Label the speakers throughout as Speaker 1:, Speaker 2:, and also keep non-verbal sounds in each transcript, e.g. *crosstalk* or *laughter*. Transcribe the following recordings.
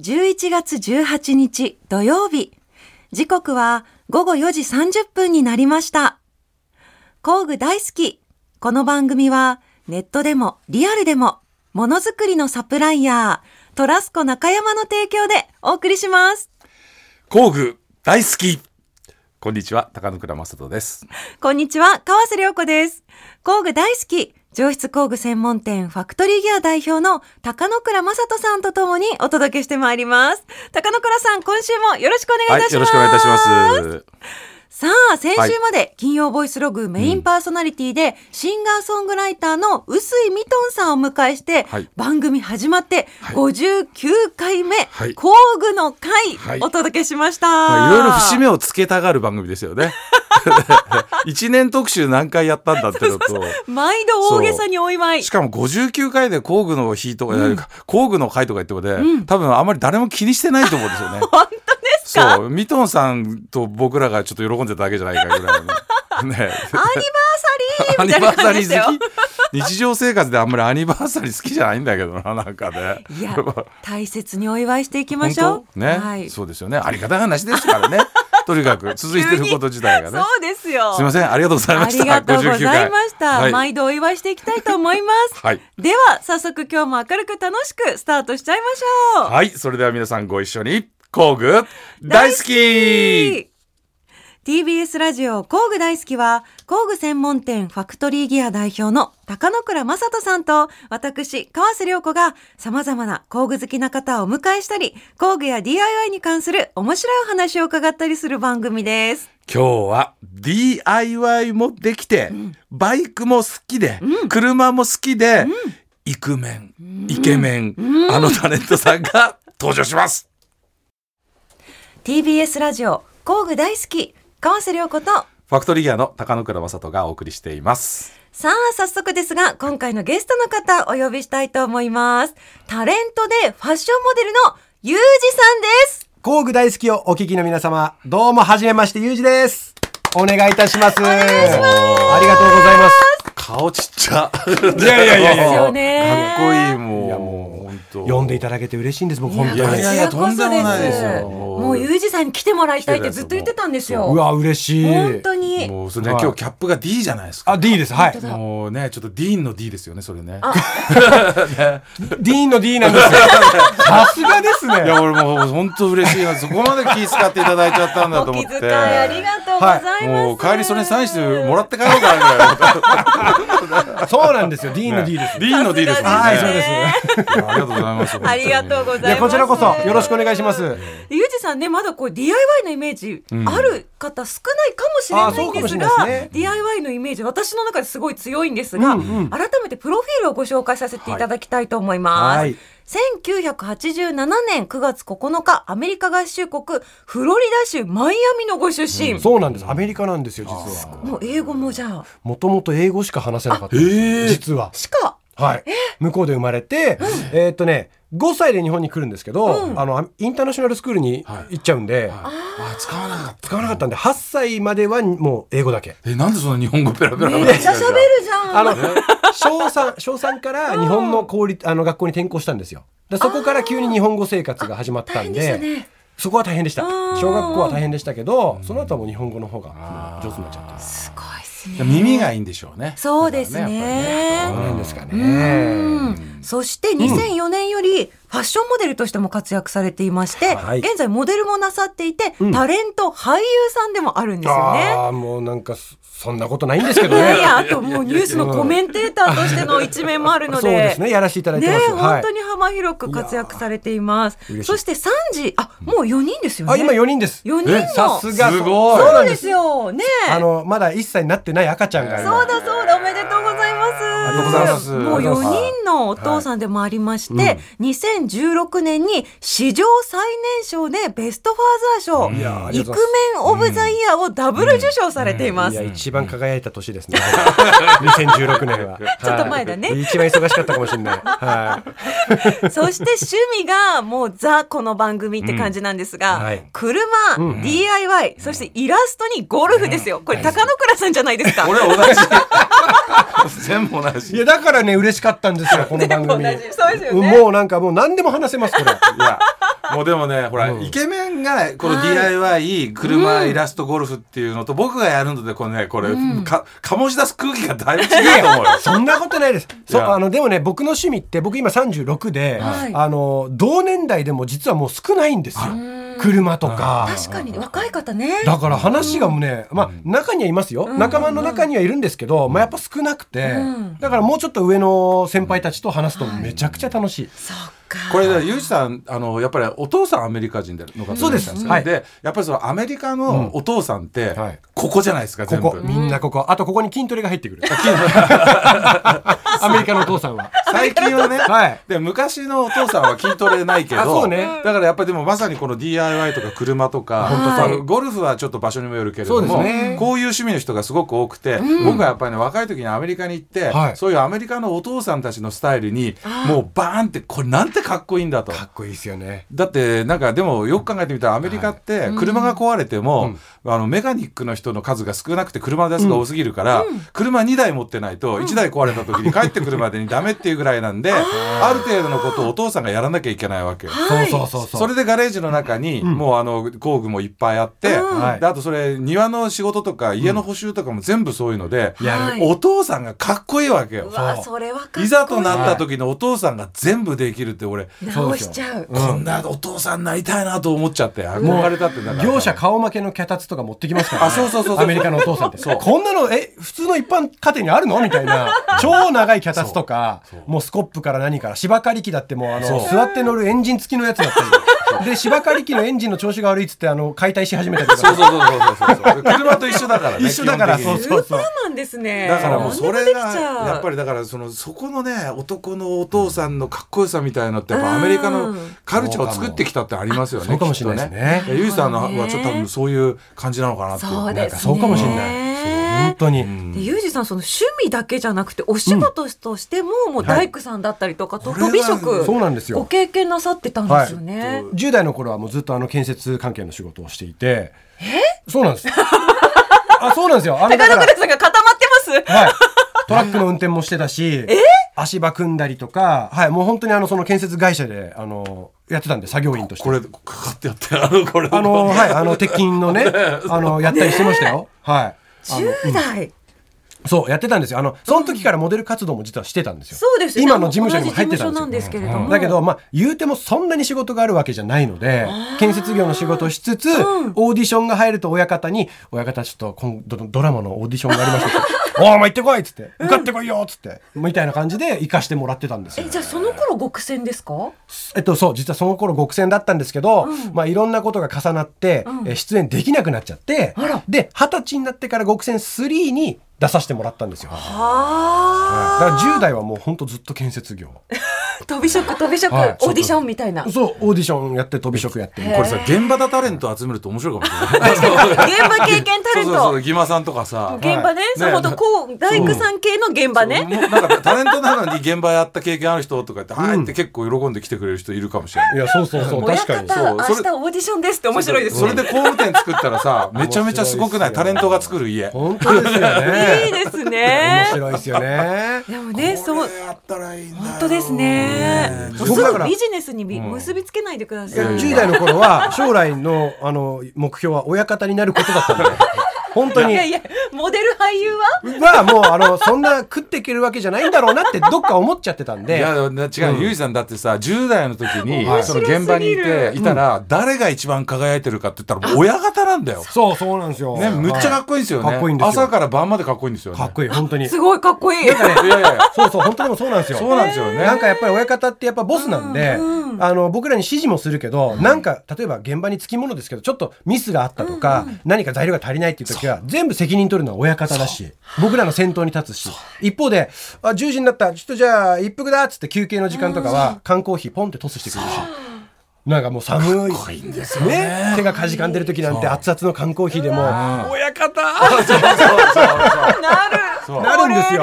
Speaker 1: 11月18日土曜日。時刻は午後4時30分になりました。工具大好き。この番組はネットでもリアルでもものづくりのサプライヤートラスコ中山の提供でお送りします。
Speaker 2: 工具大好きこんにちは高野倉正人です
Speaker 1: こんにちは、川瀬良子です。工具大好き、上質工具専門店ファクトリーギア代表の高野倉正人さんとともにお届けしてまいります。高野倉さん、今週もよろしくお願いいたします。
Speaker 2: よろしくお願いいたします
Speaker 1: さあ、先週まで金曜ボイスログメインパーソナリティで、シンガーソングライターの臼井ミトンさんをお迎えして、
Speaker 2: はい
Speaker 1: 番組始まって
Speaker 2: はい
Speaker 1: 59回目、
Speaker 2: はい
Speaker 1: 工具の回、
Speaker 2: はい
Speaker 1: お届けしました。
Speaker 2: まあいろいろ節目をつけたがる番組ですよね *laughs* 一年特集何回やったんだっての
Speaker 1: *laughs*
Speaker 2: と
Speaker 1: 毎度大げさにお祝い
Speaker 2: し。かも59回で工具の日とか、工具の会とか言ってもね、多分あまり誰も気にしてないと思うんですよね
Speaker 1: *laughs* 本当ですか
Speaker 2: そうミトンさんと僕らがちょっと喜んでただけじゃないかぐら
Speaker 1: *laughs*
Speaker 2: いのね
Speaker 1: アニバーサリーみたいな感じ
Speaker 2: *laughs*
Speaker 1: ですよ。
Speaker 2: 好き日常生活であんまりアニバーサリー好きじゃないんだけどななんかね
Speaker 1: い
Speaker 2: *laughs*
Speaker 1: や、大切にお祝いしていきましょう。
Speaker 2: ね、
Speaker 1: はい。
Speaker 2: そうですよねありがたい話ですか
Speaker 1: *laughs*
Speaker 2: らねとにかく続いてること自体がね
Speaker 1: そうですよ。
Speaker 2: すいませんありがとうござい
Speaker 1: あ
Speaker 2: まし
Speaker 1: り
Speaker 2: た
Speaker 1: がとうございました。
Speaker 2: 59回はい、
Speaker 1: 毎度お祝いしていきたいと思います。
Speaker 2: はい
Speaker 1: では、早速今日も明るく楽しくスタートしちゃいましょう。
Speaker 2: はい、それでは皆さんご一緒に工具大好き
Speaker 1: TBS ラジオ工具大好きは工具専門店ファクトリーギア代表の高野倉正人さんと私川瀬良子が様々な工具好きな方をお迎えしたり工具や DIY に関する面白いお話を伺ったりする番組です。
Speaker 2: 今日は DIY もできて、バイクも好きで、車も好きで、イクメン、イケメン、あのタレントさんが登場します
Speaker 1: TBS ラジオ工具大好き川瀬良子と
Speaker 2: ファクトリーギアの高野倉正人がお送りしています
Speaker 1: さあ、早速ですが、今回のゲストの方お呼びしたいと思います。タレントでファッションモデルのゆうじさんです。
Speaker 3: 工具大好きをお聞きの皆様、どうもはじめまして、ゆうじです。お願いいたします。お願いします。ありがとうございます。
Speaker 2: 顔ちっちゃ。い
Speaker 3: やいやいやいや
Speaker 1: ですよね
Speaker 2: かっこいいもう。
Speaker 3: いやも
Speaker 2: 本当
Speaker 3: 読んでいただけて嬉しいんです、僕、本当
Speaker 2: いやい
Speaker 3: に。
Speaker 2: やいやとんでもないです
Speaker 1: こ
Speaker 2: よ
Speaker 1: ちらこそもうゆうじさんに来てもらいたいってずっと言ってたんですよ。
Speaker 3: うわ、嬉しい。
Speaker 1: 本当に。
Speaker 2: もうそれね、
Speaker 3: はい
Speaker 2: 今日キャップが D じゃないですか。
Speaker 3: あ、D です。はい
Speaker 1: 本。当だ
Speaker 2: もうねちょっとディーンの D ですよねそれね。
Speaker 3: D の D なんですよ。さすがです
Speaker 2: い
Speaker 3: ね。
Speaker 2: や俺もう本当嬉しいなそこまで気遣っていただいちゃったんだと
Speaker 1: お
Speaker 2: 思っ
Speaker 1: 気
Speaker 2: て。
Speaker 1: 遣いありがとうございます。
Speaker 2: もう帰りそれサインしてもらって帰ろうかなみたいな。
Speaker 3: そうなんですよ。D の D です。
Speaker 2: ディーンの D ですもんね。
Speaker 3: はいそうです
Speaker 2: いやありがとうございます。
Speaker 1: ありがとうござい
Speaker 3: いや、こちらこそ、よろしくお願いします。
Speaker 1: ゆうじさんね、まだこう DIY のイメージある方少ないかもしれないん
Speaker 3: あーそうか
Speaker 1: で
Speaker 3: もし
Speaker 1: す
Speaker 3: れ
Speaker 1: が、
Speaker 3: ないですね
Speaker 1: DIY のイメージ、私の中ですごい強いんですが、改めてプロフィールをご紹介させていただきたいと思います。
Speaker 3: はい
Speaker 1: 1987年9月9日、アメリカ合衆国フロリダ州マイアミのご出身。
Speaker 3: そうなんです。アメリカなんですよ、実は。
Speaker 1: もう英語もじゃあ、
Speaker 3: もともと英語しか話せなかった。
Speaker 2: へー
Speaker 3: 実は。
Speaker 1: しか、
Speaker 3: はい、向こうで生まれて、えーっとね5歳で日本に来るんですけど、あのインターナショナルスクールに
Speaker 2: はい
Speaker 3: 行っちゃうんで、
Speaker 2: あ使わなかった。
Speaker 3: 使わなかったんで8歳まではもう英語だけ。
Speaker 2: えなんでそんな日本語ペラペラ
Speaker 1: め
Speaker 2: なん
Speaker 1: っ
Speaker 2: です
Speaker 1: ちゃ
Speaker 2: か。
Speaker 1: 喋るじゃん。
Speaker 3: あの小3小3から日本の公立あの学校に転校したんですよ。でそこから急に日本語生活が始まった
Speaker 1: 大変
Speaker 3: ん
Speaker 1: でし
Speaker 3: で
Speaker 1: たね。
Speaker 3: そこは大変でした
Speaker 1: うん
Speaker 3: 小学校は大変でしたけどその後はもう日本語の方が上手になっちゃった
Speaker 1: すごいですね。
Speaker 2: 耳がいいんでしょうね。
Speaker 1: そうですね。
Speaker 3: そうなんですか
Speaker 1: う
Speaker 3: ね。
Speaker 1: んそして2004年よりファッションモデルとしても活躍されていまして、
Speaker 3: はい
Speaker 1: 現在モデルもなさっていて、タレント俳優さんでもあるんですよね。
Speaker 3: ああもうなんかそそんなことないんですけ
Speaker 1: い
Speaker 3: どね
Speaker 1: やい。や、あともうニュースのコメンテーターとしての一面もあるので。
Speaker 3: そうですねやらせていただいてます。
Speaker 1: ね
Speaker 3: は
Speaker 1: 本
Speaker 3: い
Speaker 1: 当に幅広く活躍されています。
Speaker 3: 嬉しい
Speaker 1: そして3時、あ、もう4人ですよね。
Speaker 3: あ、今4人です。
Speaker 1: 4人の。
Speaker 2: え
Speaker 3: さすが。
Speaker 2: すごい
Speaker 3: そう
Speaker 1: そ
Speaker 3: な
Speaker 1: うんで
Speaker 3: ですす。
Speaker 1: よ。ねえ
Speaker 3: あの、まだ1歳になってない赤ちゃんがいる。
Speaker 1: そうだそうだおめでとうございます。
Speaker 2: ありがとうございます
Speaker 1: もう4人のお父さんでもありまして、2016年に史上最年少でベストファーザー賞、
Speaker 3: いやあり
Speaker 1: イ
Speaker 3: が
Speaker 1: ク
Speaker 3: とう
Speaker 1: メンオブ
Speaker 3: ござい
Speaker 1: ザイヤーをダブル受賞されています。
Speaker 3: いや、一番輝いた年ですね。2016年は。
Speaker 1: ちょっと前だね
Speaker 3: はい一番忙しかったかもしれない。はい。
Speaker 1: そして趣味がもうザこの番組って感じなんですが、
Speaker 3: うんはい
Speaker 1: 車、DIY そしてイラストにゴルフですよこれ高野倉さんじゃないですか。
Speaker 2: *laughs* 俺同じ。全部同
Speaker 3: い
Speaker 2: じ。
Speaker 3: や、だからね、嬉しかったんですよ、この番組。
Speaker 1: 全部同じそうですよね
Speaker 3: もうなんかもう何でも話せます、これ。
Speaker 2: いや、もうでもね、ほら、
Speaker 3: うん
Speaker 2: イケメンが、この
Speaker 4: はい
Speaker 2: DIY、車、イラスト、ゴルフっていうのと、僕がやるので、これね、これ、か、醸し出す空気がだいぶ違うと思うよ。
Speaker 3: そんなことないです。そ、
Speaker 2: いうや
Speaker 3: あの、でもね、僕の趣味って、僕今36で、
Speaker 4: はい
Speaker 3: あの、同年代でも実はもう少ないんですよ。車とか。
Speaker 4: 確かに若い方ね。
Speaker 3: だから話がもうね、まあ、中にはいますよ。仲間の中にはいるんですけど、まあ、やっぱ少なくて
Speaker 4: うん、
Speaker 3: だからもうちょっと上の先輩たちと話すとめちゃくちゃ楽しい。
Speaker 4: そっか。
Speaker 2: *laughs* これでユージさんあのやっぱりお父さんアメリカ人での方
Speaker 3: そうです
Speaker 2: いらっしゃるん
Speaker 3: はい
Speaker 2: でやっぱりそのアメリカのお父さんって
Speaker 3: はい
Speaker 2: ここじゃないですか
Speaker 3: こ
Speaker 2: 全部
Speaker 3: こ、みんなここ。あと、ここに筋トレが入っ
Speaker 2: *laughs*
Speaker 3: てくる。アメリカのお父さんは。
Speaker 2: 最近はね
Speaker 3: はい
Speaker 2: で昔のお父さんは筋トレないけ
Speaker 3: あそ
Speaker 2: ど
Speaker 3: うね
Speaker 2: だからやっぱりでもまさにこの DIY とか車とか
Speaker 4: 本当そう
Speaker 2: あのゴルフはちょっと場所にもよるけれど
Speaker 3: そ
Speaker 2: も
Speaker 3: うですね
Speaker 2: こういう趣味の人がすごく多くて僕はやっぱりね若い時にアメリカに行って
Speaker 3: はい
Speaker 2: そういうアメリカのお父さんたちのスタイルにもうバーンってこれなんてかっこいいんだと。
Speaker 3: かっこいいですよね。
Speaker 2: だってなんかでもよく考えてみたらアメリカって車が壊れても、あのメカニックの人の数が少なくて車の出すが多すぎるから、車2台持ってないと1台壊れた時に帰ってくるまでにダメっていうぐらいなんで、 *laughs* ある程度のことをお父さんがやらなきゃいけないわけよ。
Speaker 4: はい
Speaker 3: そうそうそうそう。
Speaker 2: それでガレージの中にもうあの工具もいっぱいあって、
Speaker 3: うん
Speaker 2: であとそれ庭の仕事とか家の補修とかも全部そういうので、
Speaker 3: やる
Speaker 4: はい
Speaker 2: お父さんがかっこいいわけよ
Speaker 4: う。わ
Speaker 3: そう
Speaker 4: それはかっこいい
Speaker 2: いざとなった時のお父さんが全部できるって俺
Speaker 4: 直しちゃう。
Speaker 2: こんなお父さんになりたいなと思っちゃって憧れたってだから
Speaker 3: 業者顔負けの脚立とか持ってきますから、ね、
Speaker 2: あそうそうそうそう
Speaker 3: アメリカのお父さんって
Speaker 2: そう
Speaker 3: こんなのえ普通の一般家庭にあるのみた
Speaker 2: *laughs*
Speaker 3: いな超長い脚立とかもうスコップから何から芝刈り機だってもうあ
Speaker 2: そ
Speaker 3: の
Speaker 2: う
Speaker 3: 座って乗るエンジン付きのやつだったりで芝刈り機のエンジンの調子が悪いっつってあの解体し始めたりと
Speaker 2: そう
Speaker 3: か
Speaker 2: そうそうそうそうそう車と一緒だからね
Speaker 3: 一緒だから
Speaker 2: 基本
Speaker 3: そう
Speaker 2: 的に
Speaker 3: そうそう
Speaker 4: そうなんですね。
Speaker 2: だからもうそ
Speaker 4: 何
Speaker 2: れ
Speaker 4: でもで
Speaker 2: が
Speaker 4: きちゃう
Speaker 2: やっぱりだからそのそこのね男のお父さんのかっこよさみたいなのってやっぱアメリカのカルチャーを作ってきたってありますよね
Speaker 3: そうかもしれないですね
Speaker 2: きっとユージさんの
Speaker 4: なるほど
Speaker 2: は
Speaker 4: ね
Speaker 2: ちょっと多分そういう感じなのかなっていう
Speaker 4: そう
Speaker 3: なん
Speaker 4: で
Speaker 3: か
Speaker 4: すね。
Speaker 3: そうかもしれない本当に、
Speaker 4: でユージさんその趣味だけじゃなくてお仕事としても、もう大工さんだったりとか、と
Speaker 2: これは
Speaker 4: 飛び職
Speaker 3: そうなんですよ
Speaker 4: ご経験なさってたんですよね。
Speaker 3: 10代の頃はもうずっとあの建設関係の仕事をしていてそ
Speaker 4: *laughs*
Speaker 3: うなんですあそうなんですよあのだ
Speaker 4: 高
Speaker 3: から
Speaker 4: 野倉さんが固まってます。
Speaker 3: はい。トラックの運転もしてたし、足場組んだりとか、はい、もう本当にあの、その建設会社で、あの、やってたんで、作業員として。
Speaker 2: これかかってやってあのこれ
Speaker 3: あの、はい、あの、鉄筋のね、あの、やったりしてましたよ。はい。あの
Speaker 4: 10代、
Speaker 3: そう、やってたんですよ。あの、その時からモデル活動も実はしてたんですよ。
Speaker 4: そうですよね
Speaker 3: 今の事務所にも入ってたんです
Speaker 4: 同じ事務所な
Speaker 3: よ。
Speaker 4: んですけれども
Speaker 3: うだけど、まあ、言うてもそんなに仕事があるわけじゃないので、建設業の仕事をしつつ、オーディションが入ると親方に、親方ちょっと今度のドラマのオーディションがありま
Speaker 4: *laughs*
Speaker 3: したって。おーお前行ってこいっつって、受かってこいよっつって、みたいな感じで行かしてもらってたんですよ
Speaker 4: え。じゃあその頃極戦ですか？
Speaker 3: えっと、そう、実はその頃極戦だったんですけど、まあ、いろんなことが重なって、えー出演できなくなっちゃって
Speaker 4: あら、
Speaker 3: で、二十歳になってから極戦3に出させてもらったんですよ。
Speaker 4: は
Speaker 3: だから10代はもうほんとずっと建設業
Speaker 4: あ、飛び職飛び職、
Speaker 3: はい
Speaker 4: オーディションみたいな。
Speaker 3: そうオーディションやって飛び職やって
Speaker 4: へー
Speaker 2: *laughs* これさ現場だタレント集めると面白いかもしれない
Speaker 4: 現場経験タ
Speaker 2: そ
Speaker 4: レン
Speaker 2: うそうそう
Speaker 4: ト。
Speaker 2: ギマさんとかさ
Speaker 4: 現場ね、
Speaker 2: はい
Speaker 4: そのとこう大工さん系の現場ね。
Speaker 2: もうなんかタレントなのに現場やった経験ある人とか言って、はいって結構喜んで来てくれる人いるかもしれない。
Speaker 3: いやそうそうそう
Speaker 4: 親
Speaker 3: 確か
Speaker 4: 方
Speaker 3: に
Speaker 2: そう
Speaker 4: 明
Speaker 2: それ
Speaker 4: 日オーディションですって面白いですね。
Speaker 2: それで工務店作ったらさ、めちゃめちゃすごくな
Speaker 3: 面白
Speaker 2: いタレ
Speaker 3: いっすよ
Speaker 2: ントが作る家。
Speaker 3: 本当ですよ
Speaker 4: *laughs* いい
Speaker 3: ね
Speaker 4: です
Speaker 3: 面
Speaker 4: *laughs* ね。
Speaker 3: 白いですよね
Speaker 4: でもね、そう。
Speaker 2: やったらいいんだよ
Speaker 4: 本当です。ね。もうす
Speaker 3: 僕だか
Speaker 4: ぐ
Speaker 3: ら
Speaker 4: ビジネスにび結びつけないでくだ
Speaker 3: いや
Speaker 4: さい。
Speaker 3: 10代の頃は将来のあの目標は親方になることだった
Speaker 4: *laughs*
Speaker 3: んで本当
Speaker 4: い
Speaker 3: に
Speaker 4: やいや、モデル俳優は
Speaker 3: はもうあのそんな食っていけるわけじゃないんだろうなってどっか思っちゃってたん
Speaker 2: い
Speaker 3: で
Speaker 2: や、な違う、ゆうじさんだってさ、10代の時に
Speaker 3: 面白、
Speaker 2: その現場にい
Speaker 4: すぎ
Speaker 2: て、いたら、誰が一番輝いてるかって言ったら、もう親方なんだよ。
Speaker 3: そうそうなんですよ
Speaker 2: ね、むっちゃかっこいいんですよね。
Speaker 3: かっこいいんですよ
Speaker 2: 朝から晩までかっこいいんですよね。
Speaker 3: かっこいい本当に
Speaker 4: すごいかっこいい。
Speaker 2: いやいやいや、
Speaker 3: そうそう本当でもそうなんですよ
Speaker 2: そうなんですよね。
Speaker 3: なんかやっぱり親方ってやっぱボスなんで、あの僕らに指示もするけど、なんか例えば現場につきものですけどちょっとミスがあったとか、何か材料が足りないっていう時は全部責任取るのは親方だし僕らの先頭に立つし一方であ10時になったちょっとじゃあ一服だっつって休憩の時間とかは缶コーヒーポンってトスしてくるし。なんかもう寒いね手がかじかんでる時なんて熱々の缶コーヒーでも
Speaker 2: 親方そうそうそうそう。
Speaker 4: なる。
Speaker 2: う
Speaker 3: なるんですよ。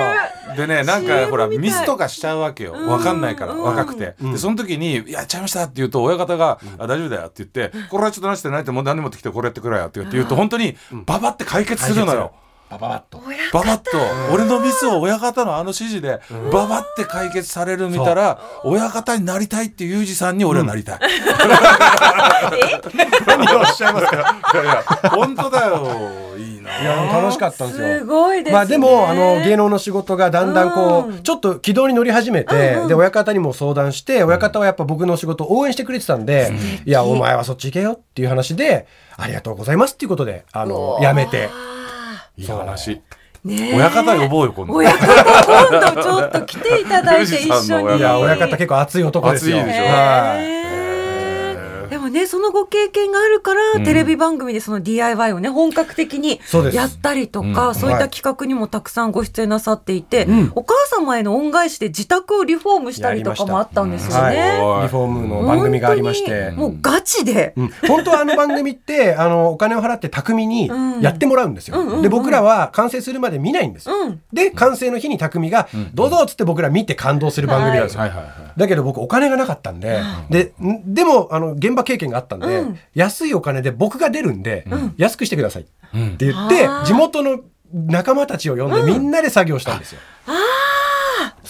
Speaker 2: でねなんか
Speaker 4: CM
Speaker 2: ほら
Speaker 4: みたい
Speaker 2: ミスとかしちゃうわけよわかんないから若くてでその時に「やっちゃいました」って言うと親方が「あ大丈夫だよ」って言って「これはちょっとなしてないってもう何持ってきてこれやってくれよ」って言うと本当にババって解決するのよ。
Speaker 3: バババッと。
Speaker 2: ババッと俺のミスを親方のあの指示でババって解決される見たら親方になりたいっていうユージさんに俺はなりたい。
Speaker 5: 何をおっしゃいますか
Speaker 2: いやいや本当だよいいない
Speaker 3: や楽しかったんですよ。
Speaker 1: すごいですね。
Speaker 3: まあでもあの芸能の仕事がだんだんこう、
Speaker 1: うん
Speaker 3: ちょっと軌道に乗り始めて、で親方にも相談して親方はやっぱ僕の仕事を応援してくれてたんで、いやお前はそっち行けよっていう話でありがとうございますっていうことであの辞めて
Speaker 2: いい話。
Speaker 1: ねえ
Speaker 2: 親方呼ぼうよ今度。
Speaker 1: 親方今度ちょっと来ていただいて一
Speaker 2: 藤さんの
Speaker 1: 緒に。
Speaker 2: 親方
Speaker 3: いや親方結構熱い男ですよ。
Speaker 2: 熱いでしょ
Speaker 3: はい。
Speaker 1: へーでもねそのご経験があるから、テレビ番組でその DIY をね本格的に
Speaker 3: そうです
Speaker 1: やったりとかそう,、いった企画にもたくさんご出演なさっていて、お母様への恩返しで自宅をリフォームしたりとかもあったんですよ
Speaker 3: はい、
Speaker 1: ね。
Speaker 2: ごい
Speaker 3: リフォームの番組がありまし
Speaker 1: 本当
Speaker 3: て
Speaker 1: に。もうガチで、
Speaker 3: うん本当はあの番組って、あの、お金を払って巧みに
Speaker 1: うん
Speaker 3: やってもらうんですよ。
Speaker 1: うんうんうん
Speaker 3: で、僕らは完成するまで見ないんですよ。
Speaker 1: うん
Speaker 3: で、完成の日に匠が、どうぞっつって僕ら見て感動する番組なんですよ。
Speaker 2: はいはいは
Speaker 3: だけど僕お金がなかったんで、で、んでも、あの、現場経験があったんで、
Speaker 1: うん
Speaker 3: 安いお金で僕が出るんで、安くしてくださいって
Speaker 2: い。うん
Speaker 3: 言って、
Speaker 1: あー
Speaker 3: 地元の仲間たちを呼んで、みんなで作業したんですよ。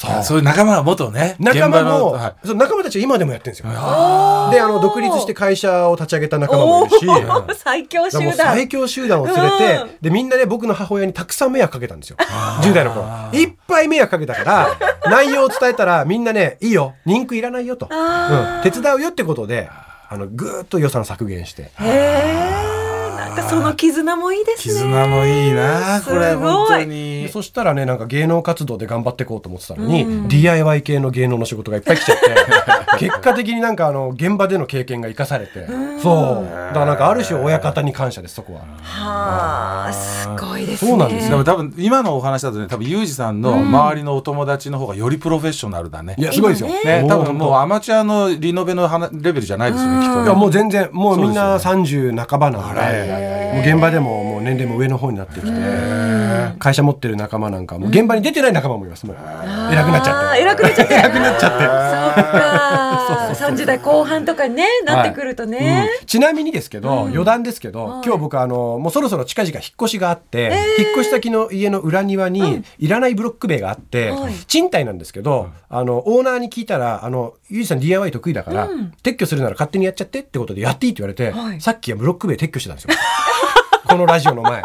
Speaker 2: あそういう仲間は元ね
Speaker 3: 仲間
Speaker 2: 現場
Speaker 3: の、
Speaker 2: はい
Speaker 3: そう仲間たちは今でもやってるんですよ。
Speaker 2: あ
Speaker 3: で、あの、独立して会社を立ち上げた仲間もいるし、
Speaker 1: おー最強
Speaker 3: だからもう
Speaker 1: *laughs* 集
Speaker 3: 最
Speaker 1: 団。
Speaker 3: 強集団を連れて、でみんなで僕の母親にたくさん迷惑かけたんですよ10代の頃いっぱい迷惑かけ
Speaker 1: *laughs*
Speaker 3: たから内容を伝えたらみんなねいいよ人気いらないよと、うん、手伝うよってことであのぐーっと予算削減して
Speaker 1: へえ、なんかその絆もいいですね。
Speaker 2: 絆もいいなこれ
Speaker 1: すごい
Speaker 2: 本当
Speaker 3: で
Speaker 2: に。
Speaker 3: そしたらねなんか芸能活動で頑張っていこうと思ってたのに、
Speaker 1: う
Speaker 3: DIY 系の芸能の仕事がいっぱい来ち
Speaker 2: *laughs*
Speaker 3: ゃって結果的になんかあの現場での経験が生かされてそうだからなんかある種親方に感謝ですそこは
Speaker 1: はあ、すごいですね。
Speaker 3: そうなんです
Speaker 2: でも多分今のお話だとね多分ユージさんの周りのお友達の方がよりプロフェッショナルだね。
Speaker 3: いやすごいですよ、
Speaker 2: ね、多分
Speaker 3: 本当
Speaker 2: もうアマチュアのリノベの話レベルじゃないですよね、きっと
Speaker 3: い
Speaker 2: ね
Speaker 3: やもう全然もうみんな
Speaker 2: そ
Speaker 3: 30半ばなんでもう現場でももう年齢も上の方になってきて会社持ってる仲間なんかもう現場に出てない仲間もいますもう偉くなっちゃ
Speaker 1: あ
Speaker 3: っ
Speaker 1: ー
Speaker 3: て
Speaker 1: 偉くなっちゃって。偉くなっちゃって。そっか。三十代後半とかにね、なってくるとね。
Speaker 3: うんちなみにですけど、余談ですけど、今日僕あのもうそろそろ近々引っ越しがあって、引っ越し先の家の裏庭に、いらないブロック塀があって、
Speaker 1: はい
Speaker 3: 賃貸なんですけど、あのオーナーに聞いたら「あのゆうじさん DIY 得意だから、撤去するなら勝手にやっちゃって」ってことでやっていいって言われて、
Speaker 1: はい
Speaker 3: さっきはブロック塀撤去してたんですよ。 *laughs* このラジオの前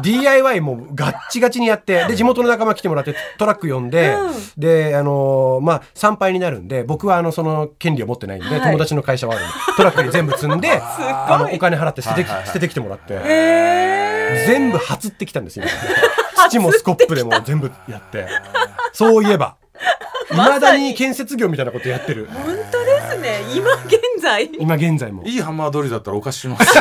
Speaker 3: DIY もうガッチガチにやってで地元の仲間来てもらってトラック呼んで、であのーまあ参拝になるんで僕はあのその権利を持ってないんで、
Speaker 1: はい
Speaker 3: 友達の会社はあるんでトラックに全部積んであのお金払って捨ててき捨ててきてもらって、全部はつってきたんですよ今土もスコップでもう全部やってそういえばいまだに建設業みたいなことやってる
Speaker 1: 本当ですね。今現在。
Speaker 3: 今現在も
Speaker 2: いいハンマードリルだったらお貸し
Speaker 3: *laughs*
Speaker 2: します。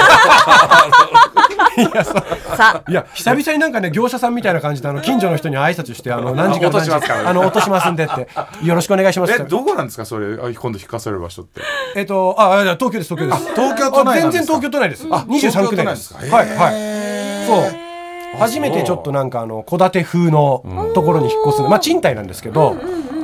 Speaker 1: さあ。
Speaker 3: いや、久々になんかね、業者さんみたいな感じで、あの、近所の人に挨拶して、あの、何時から
Speaker 2: 落とし
Speaker 3: 何時
Speaker 2: ますからね
Speaker 3: あの、落としますんでって、よろしくお願いしますっ
Speaker 2: え、
Speaker 3: て。
Speaker 2: どこなんですかそれ、あ今度引っ越される場所って。
Speaker 3: えっと、あ、あいや東京です、東京です。
Speaker 2: 東京都内な
Speaker 3: 全
Speaker 2: んですか
Speaker 3: 然東京都内です。あ、
Speaker 2: 東
Speaker 3: 23区
Speaker 2: 京都
Speaker 3: 内
Speaker 2: 内
Speaker 3: で
Speaker 2: です
Speaker 3: す。
Speaker 2: か
Speaker 3: はい、
Speaker 2: へ
Speaker 3: はい。そう。初めてちょっとなんかあの戸建て風のところに引っ越すのまあ賃貸なんですけど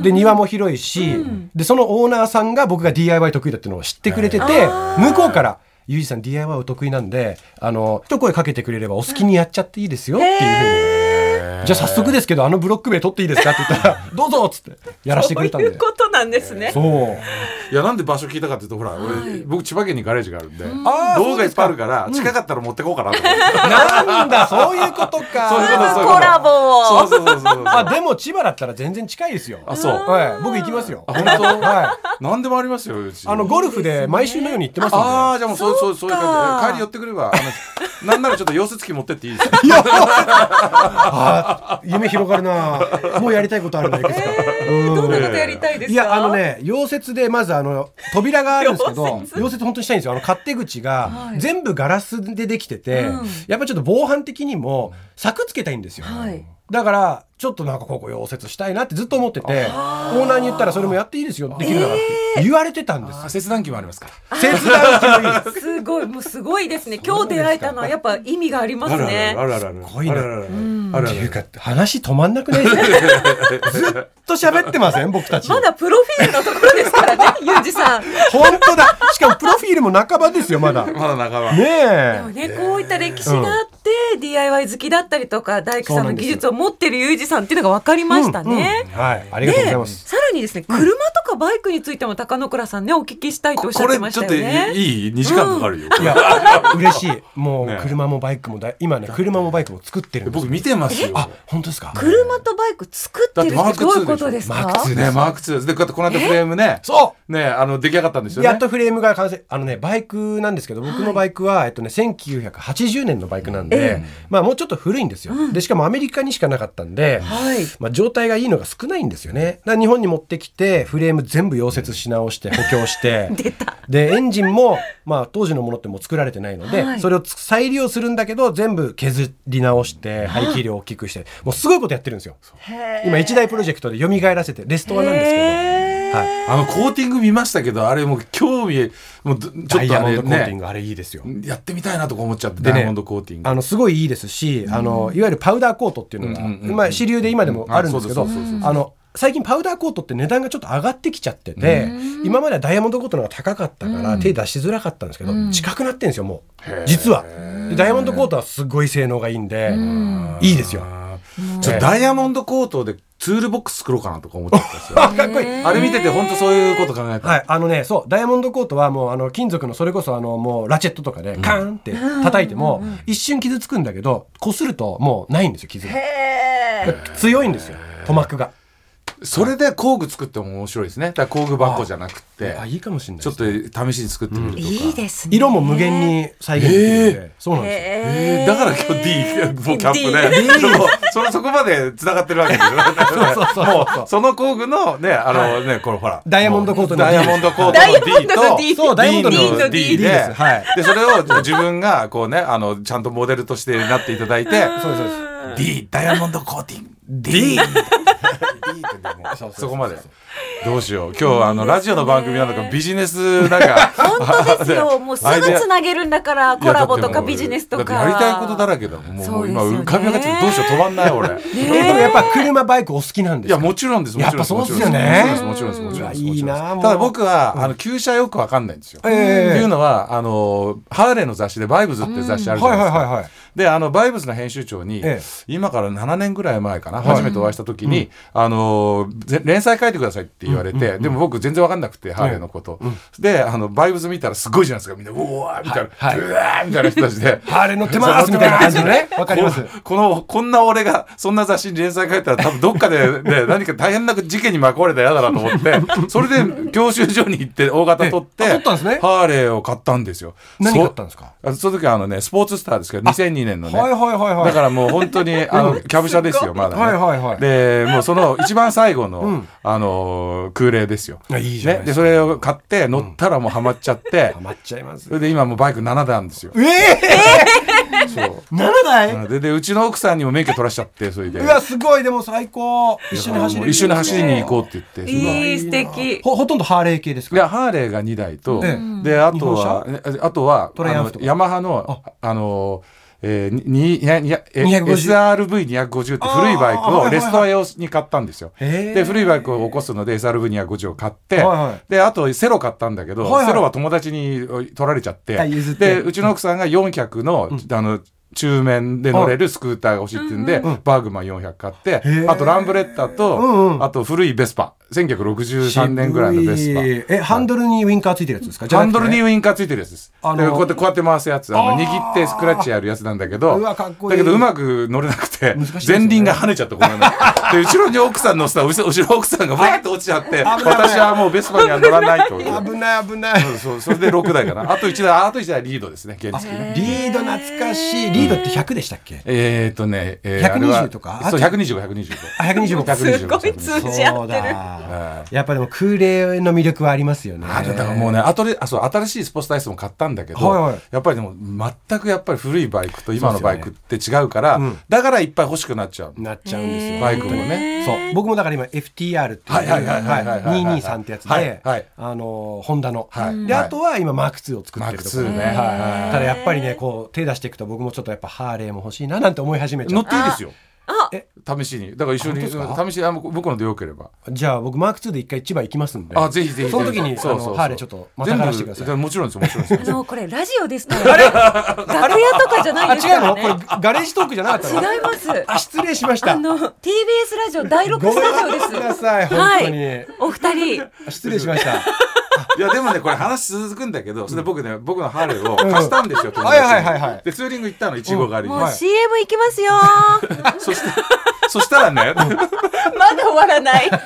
Speaker 3: で庭も広いしでそのオーナーさんが僕が DIY 得意だっていうのを知ってくれてて向こうから「ゆうじさん DIY お得意なんであの一声かけてくれればお好きにやっちゃっていいですよ」っていうふうにじゃあ早速ですけど、あのブロック塀取っていいですかって言ったら、 *laughs* どうぞっつって、やらしてく
Speaker 1: そうい
Speaker 3: れたんで
Speaker 1: う。ことなんですね。
Speaker 3: そう。
Speaker 2: いや、なんで場所聞いたかっていうと、ほら、俺、僕千葉県にガレージがあるんで、
Speaker 3: あー
Speaker 2: 道具がいっぱいあるから、近かったら持ってこうかなと思って。
Speaker 3: なんだ、そういうこと
Speaker 2: そういうこと
Speaker 3: か。
Speaker 2: そういうこと
Speaker 1: コラボを
Speaker 2: そうそうそうそうそう。
Speaker 3: あ、でも千葉だったら全然近いですよ。
Speaker 2: あ、そう。
Speaker 3: はい、僕行きますよ。
Speaker 2: あ、本当
Speaker 3: はい。
Speaker 2: 何でもありますよ、うち。
Speaker 3: あの、ゴルフで毎週のように行ってますんで。
Speaker 2: あーじゃあもうそうそう
Speaker 1: そ
Speaker 2: そうう
Speaker 1: か
Speaker 2: いう感じで帰り寄ってくれば *laughs* あのなんならちょっと溶接機持ってっていいですか
Speaker 3: あ夢広がるなもうやりたいことあるな、いくつか。
Speaker 1: どんなことやりたいですか。
Speaker 3: いやあ
Speaker 1: *laughs*
Speaker 3: の。ね溶接でまずあの扉があるんですけど
Speaker 1: 溶
Speaker 3: 溶
Speaker 1: 接
Speaker 3: 接本当にしたいんですよあの勝手口が
Speaker 1: い
Speaker 3: 全部ガラスでできてて、
Speaker 1: うん
Speaker 3: やっぱちょっと防犯的にも柵つけたいんですよ、
Speaker 1: はい
Speaker 3: だからちょっとなんかここ溶接したいなってずっと思っててオーナーに言ったらそれもやっていいですよできるならって言われてたんですよ、
Speaker 2: 切断機もありますから
Speaker 3: 切断機もいいです
Speaker 1: すごい、もうすごいですね。今日出会えたのはやっぱ意味がありますね。
Speaker 2: あるあるあるあるあるあるあるあるあるある
Speaker 3: っていうか話止まんなくないですかずっと喋ってません僕たち。
Speaker 1: まだプロフィールのところです *laughs* からね、ユージさん。
Speaker 3: 本当だ。しかもプロフィールも半ばです
Speaker 1: *laughs*
Speaker 3: よ、まだ。ね
Speaker 2: まだ仲間。
Speaker 1: でも
Speaker 3: え。
Speaker 1: ね、こういった歴史があって、DIY 好きだったりとか、大工さんの技術を持ってるユージさんっていうのが分かりましたね。
Speaker 3: はい、ありがとうございます。
Speaker 1: さらにですね、車とかバイクについても高野倉さんね、お聞きしたいとおっしゃ
Speaker 2: こ
Speaker 1: って
Speaker 2: れ
Speaker 1: まし
Speaker 2: ちょ
Speaker 1: た
Speaker 2: っ
Speaker 1: よ
Speaker 2: と
Speaker 1: ね。
Speaker 2: いい2時間かかるよ。*laughs*
Speaker 3: いや、嬉しい。もう
Speaker 2: ね
Speaker 3: 車もバイクもだ、今ね、車もバイクも作ってるんです
Speaker 2: 僕
Speaker 3: よ。
Speaker 2: 見てますよ。
Speaker 3: あ、本当ですか。
Speaker 1: 車とバイク作ってるってどういうことです
Speaker 3: だってマー
Speaker 1: か
Speaker 3: クツーでしょ
Speaker 2: ね、マーク2で、こうやってこの間フレームね、
Speaker 3: そ
Speaker 2: ね、あの、出来上がったんです
Speaker 3: う。
Speaker 2: よね。
Speaker 3: やっとフレームが完成。あのね、バイクなんですけど、僕のバイクは、えっとね、1980年のバイクなんで、まあもうちょっと古いんですよ。で、しかもアメリカにしかなかったんで、
Speaker 1: はい。
Speaker 3: まあ状態がいいのが少ないんですよね。だから日本に持ってきて、フレーム全部溶接し直して、補強して。
Speaker 1: 出た。
Speaker 3: でエンジンも、まあ、当時のものってもう作られてないので、
Speaker 1: はい
Speaker 3: それをつ再利用するんだけど全部削り直して排気量を大きくしてもうすごいことやってるんですよ今一大プロジェクトで蘇らせてレストアなんですけど、
Speaker 1: へー
Speaker 3: はい、
Speaker 2: あの、コーティング見ましたけど、あれもう興味、もうど、ちょ
Speaker 3: ダ
Speaker 2: っ
Speaker 3: イ
Speaker 2: と
Speaker 3: ヤ
Speaker 2: あ
Speaker 3: モン
Speaker 2: れ
Speaker 3: ドコーティン
Speaker 2: ね、
Speaker 3: グあれいいですよ、
Speaker 2: やってみたいなとか思っちゃって、
Speaker 3: でね
Speaker 2: ダイヤモンドコーティング。
Speaker 3: あのすごいいいですし、あのいわゆるパウダーコートっていうのが、
Speaker 2: うんうんうんうん
Speaker 3: まあ、主流で今でもあるんですけど、
Speaker 2: うんあそうそうそうそう
Speaker 3: あの最近パウダーコートって値段がちょっと上がってきちゃってて、今まではダイヤモンドコートの方が高かったから、手出しづらかったんですけど、近くなってんですよもう実はでダイヤモンドコートはすごい性能がいいんで、いいですよ。
Speaker 2: ちょっとダイヤモンドコートでツールボックス作ろうかなとか思っちゃったんです
Speaker 3: *laughs*
Speaker 2: よ。
Speaker 3: あかっこいい
Speaker 2: あれ見てて、本当そういうこと考えた。
Speaker 3: はい、あのね、そう、ダイヤモンドコートはもう、あの、金属の、それこそ、あの、もう、ラチェットとかで、カーンって叩いても、一瞬傷つくんだけど、擦ると、もう、ないんですよ、傷が。強いんですよ、塗膜が。
Speaker 2: それで工具作っても面白いですね。だから工具箱じゃなくて、
Speaker 3: あ、いいかもしれない。
Speaker 2: ちょっと試しに作ってみるとか。
Speaker 1: いいですね。
Speaker 3: 色も無限に再現できるんで、そうなんですよ。
Speaker 1: へー
Speaker 2: えーだから今日 D、もうキャップ
Speaker 1: D
Speaker 2: ね。でも *laughs* そのそこまで繋がってるわけですよ。
Speaker 3: そうそう
Speaker 2: もう、その工具のね、あのね、これほら。
Speaker 3: ダイヤモンドコートの
Speaker 2: ダ
Speaker 3: D
Speaker 2: イヤモンドコート
Speaker 1: ダイヤ
Speaker 2: の
Speaker 1: モン
Speaker 2: D
Speaker 1: ドの
Speaker 2: と、
Speaker 1: D
Speaker 3: そうダイヤモンドの
Speaker 2: D の
Speaker 3: D
Speaker 2: D
Speaker 3: で
Speaker 2: です
Speaker 3: はい、
Speaker 2: で、それを自分がこうね、あの、ちゃんとモデルとしてなっていただいて、
Speaker 3: そうですそうです
Speaker 2: D、ダイヤモンドコーティング。D! そこまで。どうしよう。今日、あの、ラジオの番組なのか、ビジネスなんか。
Speaker 1: *laughs* 本当です
Speaker 2: *laughs*
Speaker 1: よ。もうすぐ
Speaker 2: アイデア
Speaker 1: つなげるんだから、コラボとかビジネスとか。
Speaker 2: だってやりたいことだらけだもん。
Speaker 1: そ
Speaker 2: も
Speaker 1: う
Speaker 2: う
Speaker 1: です
Speaker 2: 今
Speaker 1: よね
Speaker 2: 浮かび上がっちゃってどうしよう止まんない俺。
Speaker 3: えーでもやっぱ車、バイクお好きなんで
Speaker 2: い
Speaker 3: す
Speaker 2: や
Speaker 3: か
Speaker 2: もちろんです。も
Speaker 3: やっ
Speaker 2: ちろ
Speaker 3: ぱ
Speaker 2: ん
Speaker 3: そうっす
Speaker 2: もちろんです
Speaker 3: よね
Speaker 2: もちろんです。もちろんです。
Speaker 3: うわいいな
Speaker 2: もちろんです
Speaker 3: もう
Speaker 2: ただ僕はあの旧車よくわかんないんですよ。って
Speaker 3: ええ
Speaker 2: いうのはあのハーレーの雑誌でバイブズって雑誌あるじゃ
Speaker 3: は
Speaker 2: ないいで
Speaker 3: は
Speaker 2: す
Speaker 3: いはい
Speaker 2: か。
Speaker 3: はい。
Speaker 2: であのバイブズの編集長に、
Speaker 3: ええ
Speaker 2: 今から7年ぐらい前かな、初めてお会いした時に、あのぜ連載書いてくださいって言われて、でも僕全然わかんなくて、ハーレーのこと、であのバイブズ見たらすごいじゃないですかみんなうわーみたいな、
Speaker 3: はいはいう
Speaker 2: わーみたいな人たち
Speaker 3: *laughs*
Speaker 2: で
Speaker 3: ハーレー乗ってますみたいな感じのね。わかります。
Speaker 2: このこんな俺がそんな雑誌に連載書いたら多分どっかで、
Speaker 3: *laughs*
Speaker 2: ね、何か大変な事件に巻き込まれたら嫌だなと思ってそれで教習所に行って大型取って
Speaker 3: ええあ取ったんですね
Speaker 2: ハーレーを買ったんですよ
Speaker 3: 何買ったんですか
Speaker 2: そあその時はあのねスポーツスターですけど2002年のね、
Speaker 3: はいはいはいはい。
Speaker 2: だからもう本当
Speaker 3: *laughs*
Speaker 2: にあのキャブ車ですよまだね、
Speaker 3: はいはいはい
Speaker 2: でもうその一番最後の、あのー空冷ですよ
Speaker 3: あいいじゃな
Speaker 2: ね、
Speaker 3: いで
Speaker 2: ですそれを買って乗ったらもうハマっちゃって、
Speaker 3: ハマっちゃいます
Speaker 2: そ。れで今もうバイク7段ですよ
Speaker 3: ええ
Speaker 2: そう
Speaker 3: ー、7台
Speaker 2: うんででうちの奥さんにも免許取らしちゃってそれで
Speaker 3: うわすごいでも最高一緒に走
Speaker 2: も
Speaker 3: り
Speaker 2: う一緒に走りに行こうって言ってすごい。
Speaker 1: いい、素敵。
Speaker 3: ほほとんどハーレー系です
Speaker 2: い
Speaker 3: か
Speaker 2: やハーレーが2台と、
Speaker 3: え
Speaker 2: であとはえあとは
Speaker 3: トライアンフとか
Speaker 2: あのヤマハのあのえーににににえ SRV250 って古いバイク
Speaker 3: あーはいはいは
Speaker 2: を
Speaker 3: い
Speaker 2: レストア用に買ったんですよ。
Speaker 3: へー
Speaker 2: で古いバイクを起こすので SRV250 を買って、
Speaker 3: はいは
Speaker 2: であとセロ買ったんだけど、
Speaker 3: はいはい
Speaker 2: セロは友達に取られちゃって,、
Speaker 3: はい譲って
Speaker 2: でうちの奥さんが4脚の,、あの中面で乗れるスクーターが欲しいって言うんで、バーグマン400買って、
Speaker 3: ー
Speaker 2: あとランブレッタと、
Speaker 3: うんうん
Speaker 2: あと古いベスパ1963年ぐらいのベスパ。
Speaker 3: 渋いえハンドルにウインカーついてるやつですかじゃ
Speaker 2: ハ
Speaker 3: な
Speaker 2: ン
Speaker 3: くて
Speaker 2: ドルにウインカーついてるやつです。
Speaker 3: あの
Speaker 2: だからこうやってこうやって回すやつ、あの握ってスクラッチやるやつなんだけど、
Speaker 3: うわかっこいい
Speaker 2: だけどうまく乗れなくて、
Speaker 3: 難しいですよね
Speaker 2: 前輪が跳ねちゃってごめんなさい。で、後ろに奥さん乗せたら、後ろ後ろ奥
Speaker 3: *laughs*
Speaker 2: さんがバーって落ちちゃって、
Speaker 3: 危ない
Speaker 2: 私はもうベスパには乗らないと。
Speaker 3: 危ない危ない
Speaker 2: そうそう、それで6台かな。あと1台、あと1台リードですね、原付ね。
Speaker 3: リード懐かしいリードって100でしたっけ
Speaker 2: えーっとね、えー
Speaker 3: 120
Speaker 2: あれは
Speaker 3: とか
Speaker 2: そう、125、125。
Speaker 3: あ125
Speaker 2: 125
Speaker 1: すごい通じ合
Speaker 3: そう
Speaker 1: ってる。
Speaker 3: だやっぱでも空冷の魅力はありますよね
Speaker 2: あれだからもうね、あとで、あ、そう、新しいスポーツダイスも買ったんだけど、
Speaker 3: はいはい
Speaker 2: やっぱりでも、全くやっぱり古いバイクと今のバイクって違うから、だからいっぱい欲しくなっちゃう。
Speaker 3: なっちゃうんですよ
Speaker 2: バイクもね。
Speaker 3: そう僕もだから今 FTR っていう
Speaker 2: はいはいはいはいはいはい
Speaker 3: はい223ってやつ
Speaker 2: はい
Speaker 3: で、
Speaker 2: はい
Speaker 3: あのホンダの、
Speaker 2: はい
Speaker 3: で
Speaker 2: はい
Speaker 3: あとは今マーク2を作ってるところ
Speaker 2: マークツーね
Speaker 3: はい
Speaker 2: はいはい
Speaker 3: ただやっぱりねこう手出していくと僕もちょっとやっぱハーレーも欲しいななんて思い始めちゃ
Speaker 2: 乗っ
Speaker 3: う
Speaker 2: ていいですよ。試しにだから一緒に
Speaker 3: あ本当です
Speaker 2: 試しにあ向こうのでよければ
Speaker 3: じゃあ僕マーク2で一回千葉行きますんで。
Speaker 2: あぜひぜひ
Speaker 3: その時に
Speaker 2: ぜひそう
Speaker 3: あの
Speaker 2: そう
Speaker 3: ハーレーちょっとまたがらしてください
Speaker 2: 全部もちろんですよもちろん
Speaker 3: *laughs*
Speaker 2: ですよ
Speaker 1: あのこれラジオですから、ね、楽屋とかじゃな
Speaker 3: あ
Speaker 1: いです
Speaker 3: 違う
Speaker 1: から
Speaker 3: の
Speaker 1: ね
Speaker 3: これガレージトークじゃなかったの
Speaker 1: 違います
Speaker 3: あ失礼しました
Speaker 1: あの TBS ラジオ第6
Speaker 3: ごめん
Speaker 1: スタジオです
Speaker 3: ください
Speaker 1: は
Speaker 3: 本当に、
Speaker 1: お二人
Speaker 3: あ失礼しました
Speaker 2: いやでもねこれ話続くんだけどそれで僕ね僕のハーレーを貸したんですよ友達に
Speaker 3: はいはいはいはい
Speaker 2: でツーリング行ったのいちご狩りに
Speaker 1: もう
Speaker 3: はい
Speaker 1: CM 行きます
Speaker 3: *laughs*
Speaker 1: よ
Speaker 2: そしてそしたらね
Speaker 1: ま
Speaker 2: *laughs*
Speaker 1: だ終わらない *laughs* はい CMCM 行っ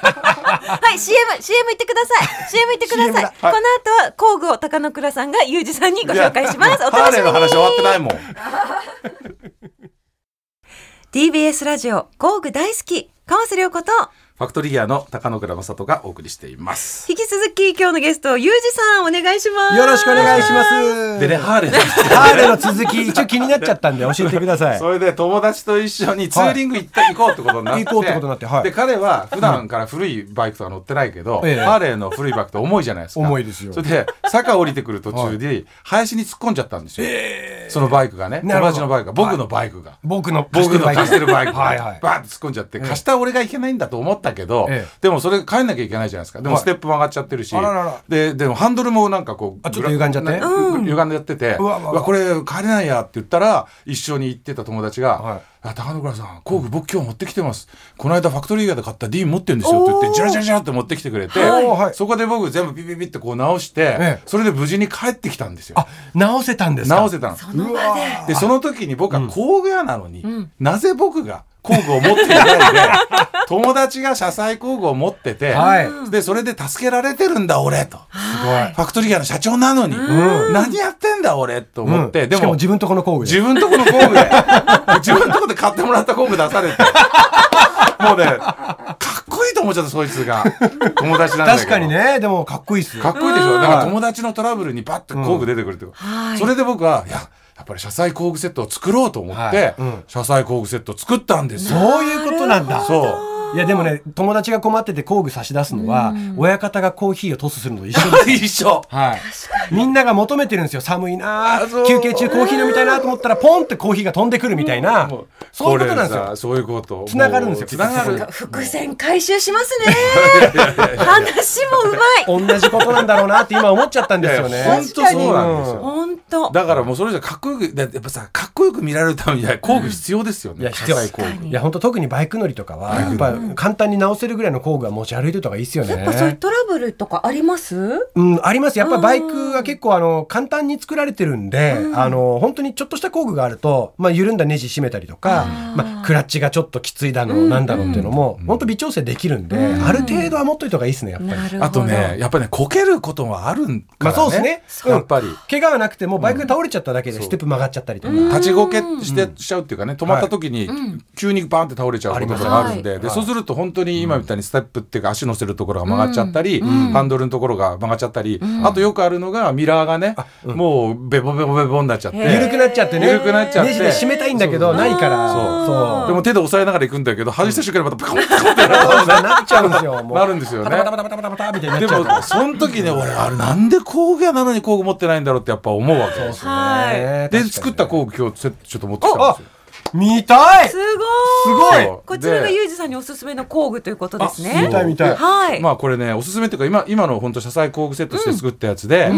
Speaker 1: てください CM 行ってください
Speaker 3: CM だ
Speaker 1: この後は工具を高野倉さんがゆうじさんにご紹介しますお
Speaker 2: ハー
Speaker 1: 楽し
Speaker 2: レー
Speaker 1: み
Speaker 2: の話終わって
Speaker 1: に
Speaker 2: ないもん
Speaker 4: TBS ラジオ工具大好き川瀬良子と
Speaker 2: ファクトリーギアの高野倉正人がお送りしています
Speaker 4: 引き続き今日のゲストゆうじさんお願いします
Speaker 3: よろしくお願いします
Speaker 2: でねハーレーの話
Speaker 3: ハーレーの続き一応気になっちゃったんで教えてください
Speaker 2: それで友達と一緒にツーリング行った行こうってことになって
Speaker 3: 行こうってことになってはい
Speaker 2: で彼は普段から古いバイクとか乗ってないけど、
Speaker 3: ええ
Speaker 2: ハーレーの古いバイクって重いじゃないですか
Speaker 3: 重いですよ
Speaker 2: それで坂降りてくる途中で林に突っ込んじゃったんですよ、そのバイクがね友
Speaker 3: なるほど
Speaker 2: 達のバイクが僕のバイクが。
Speaker 3: 僕の
Speaker 2: 僕の貸してるバイクが
Speaker 3: はいはい
Speaker 2: バーンって突っ込んじゃって貸した俺がいけないんだと思ったけど、
Speaker 3: ええ
Speaker 2: でもそれ帰んなきゃいけないじゃないですかでも
Speaker 3: はい
Speaker 2: ステップも上がっちゃってるし、
Speaker 3: あららら
Speaker 2: ででもハンドルもなんかこう
Speaker 3: あちょっと歪んじゃって
Speaker 2: ぐらな歪んじゃってて「
Speaker 3: うわうわうわ
Speaker 2: うわこれ帰れないや」って言ったら一緒に行ってた友達が「
Speaker 3: はい
Speaker 2: あ高野倉さん工具僕今日持ってきてます、この間ファクトリー以外で買った D 持ってるんですよ」って言ってジャラジャラジャラって持ってきてくれて、
Speaker 3: はいおーはい
Speaker 2: そこで僕全部ピピピってこう直して、
Speaker 3: ええ
Speaker 2: それで無事に帰ってきたんですよ。
Speaker 3: あ直せたんですか
Speaker 2: 直せたの
Speaker 3: うわー
Speaker 2: でその時に僕は工具屋なのに、なぜ僕が工具を持っていない
Speaker 3: *laughs*
Speaker 2: で友達が車載工具を持ってて、
Speaker 3: はい
Speaker 2: でそれで助けられてるんだ俺と
Speaker 3: すごい
Speaker 2: ファクトリー屋の社長なのに、何やってんだ俺と思って、
Speaker 3: うん
Speaker 2: で
Speaker 3: しかも
Speaker 2: も
Speaker 3: 自分とこの工具
Speaker 2: 自
Speaker 3: で
Speaker 2: 分とこの工具で *laughs* 自分とこで買ってもらった工具出さ
Speaker 3: *laughs*
Speaker 2: れてもうねかっこいいと思っちゃったそいつが友達なんだけど
Speaker 3: 確かにねでもかっこいいっす
Speaker 2: かっこいいでしょだから友達のトラブルにバッと工具出てくるってこと、それで僕はいややっぱり車載工具セットを作ろうと思って、
Speaker 3: はいうん
Speaker 2: 車載工具セットを作ったんですよ。
Speaker 3: そういうことなんだ
Speaker 2: そ
Speaker 3: いやでもね友達が困ってて工具差し出すのは親方がコーヒーをトスするのと一緒で
Speaker 2: う一緒
Speaker 3: はい、みんなが求めてるんですよ寒いな
Speaker 2: あそう
Speaker 3: 休憩中コーヒー飲みたいなと思ったらポンってコーヒーが飛んでくるみたいな、
Speaker 2: もう
Speaker 3: そういうことなんです
Speaker 2: これ
Speaker 3: よ
Speaker 2: さそういうこと
Speaker 3: 繋がるんですよ
Speaker 2: つながる
Speaker 3: きっと
Speaker 1: 伏線回収します
Speaker 2: *laughs*
Speaker 1: ね話もうまい
Speaker 3: 同じことなんだろうなって今思っちゃったんですよ
Speaker 2: い
Speaker 3: ね
Speaker 2: や本当そうなんですよ
Speaker 1: 本当
Speaker 2: だからもうそれじゃかっこよくだってやっぱさかっこよく見られるためには工具必要ですよね、
Speaker 3: いや必要
Speaker 2: 車載工具
Speaker 3: いや本当特にバイク乗りとかはやっぱ簡単に直せるぐらいの工具は持ち歩いてた方がいいですよね
Speaker 1: やっぱそういうトラブルとかあります
Speaker 3: うん、あります。やっぱバイクは結構あの簡単に作られてるんで、あの本当にちょっとした工具があると、まあ、緩んだネジ締めたりとか、まあ、クラッチがちょっときついだの、なんだろうっていうのも、本当微調整できるんで、ある程度は持っといた方がいいですね、やっぱり。
Speaker 1: なるほど
Speaker 2: あとねやっぱねこけることもあるん
Speaker 3: ま
Speaker 2: か
Speaker 3: あそうで
Speaker 2: ら
Speaker 3: す
Speaker 2: ね
Speaker 3: ね。
Speaker 2: やっぱり
Speaker 3: うん怪我はなくてもバイクが倒れちゃっただけでステップ曲がっちゃったりとか。
Speaker 2: 立ちこけしてしちゃうっていうかね止まった時に急にバーンって倒れちゃうことがあるんで
Speaker 3: ん
Speaker 2: で
Speaker 3: はい
Speaker 2: そうすると本当に今みたいにステップっていうか足乗せるところが曲がっちゃったりハンドルのところが曲がっちゃったりあとよくあるのがミラーがねもうベボベボベボになっちゃって
Speaker 3: 緩くなっちゃってね。
Speaker 2: 緩くなっちゃって
Speaker 3: ネジで締めたいんだけど、ないから。
Speaker 2: そう
Speaker 3: そう。
Speaker 2: でも手で押さえながら行くんだけど外した瞬間にまたピコンピコンって
Speaker 3: そうなっちゃうんですよ。もう
Speaker 2: なるんですよね
Speaker 3: パタパタパタパタパタみたいにな
Speaker 2: で
Speaker 3: っちゃう。
Speaker 2: もその時ね俺あれなんで工具屋なのに工具持ってないんだろうってやっぱ思うわけですよ
Speaker 1: はい
Speaker 3: ね
Speaker 2: で作った工具今日ちょちょっと持ってきたん
Speaker 3: あ
Speaker 2: ですよ、
Speaker 3: 見たい
Speaker 1: す
Speaker 3: す
Speaker 1: ごい
Speaker 3: ごい
Speaker 2: そう
Speaker 1: こちらが
Speaker 2: で
Speaker 1: ユージさんにおすすめの工具ということです
Speaker 3: 見
Speaker 1: ね
Speaker 3: たい見たい。
Speaker 1: はい
Speaker 2: まあこれねおすすめっていうか今今の本当車載工具セットして作ったやつで、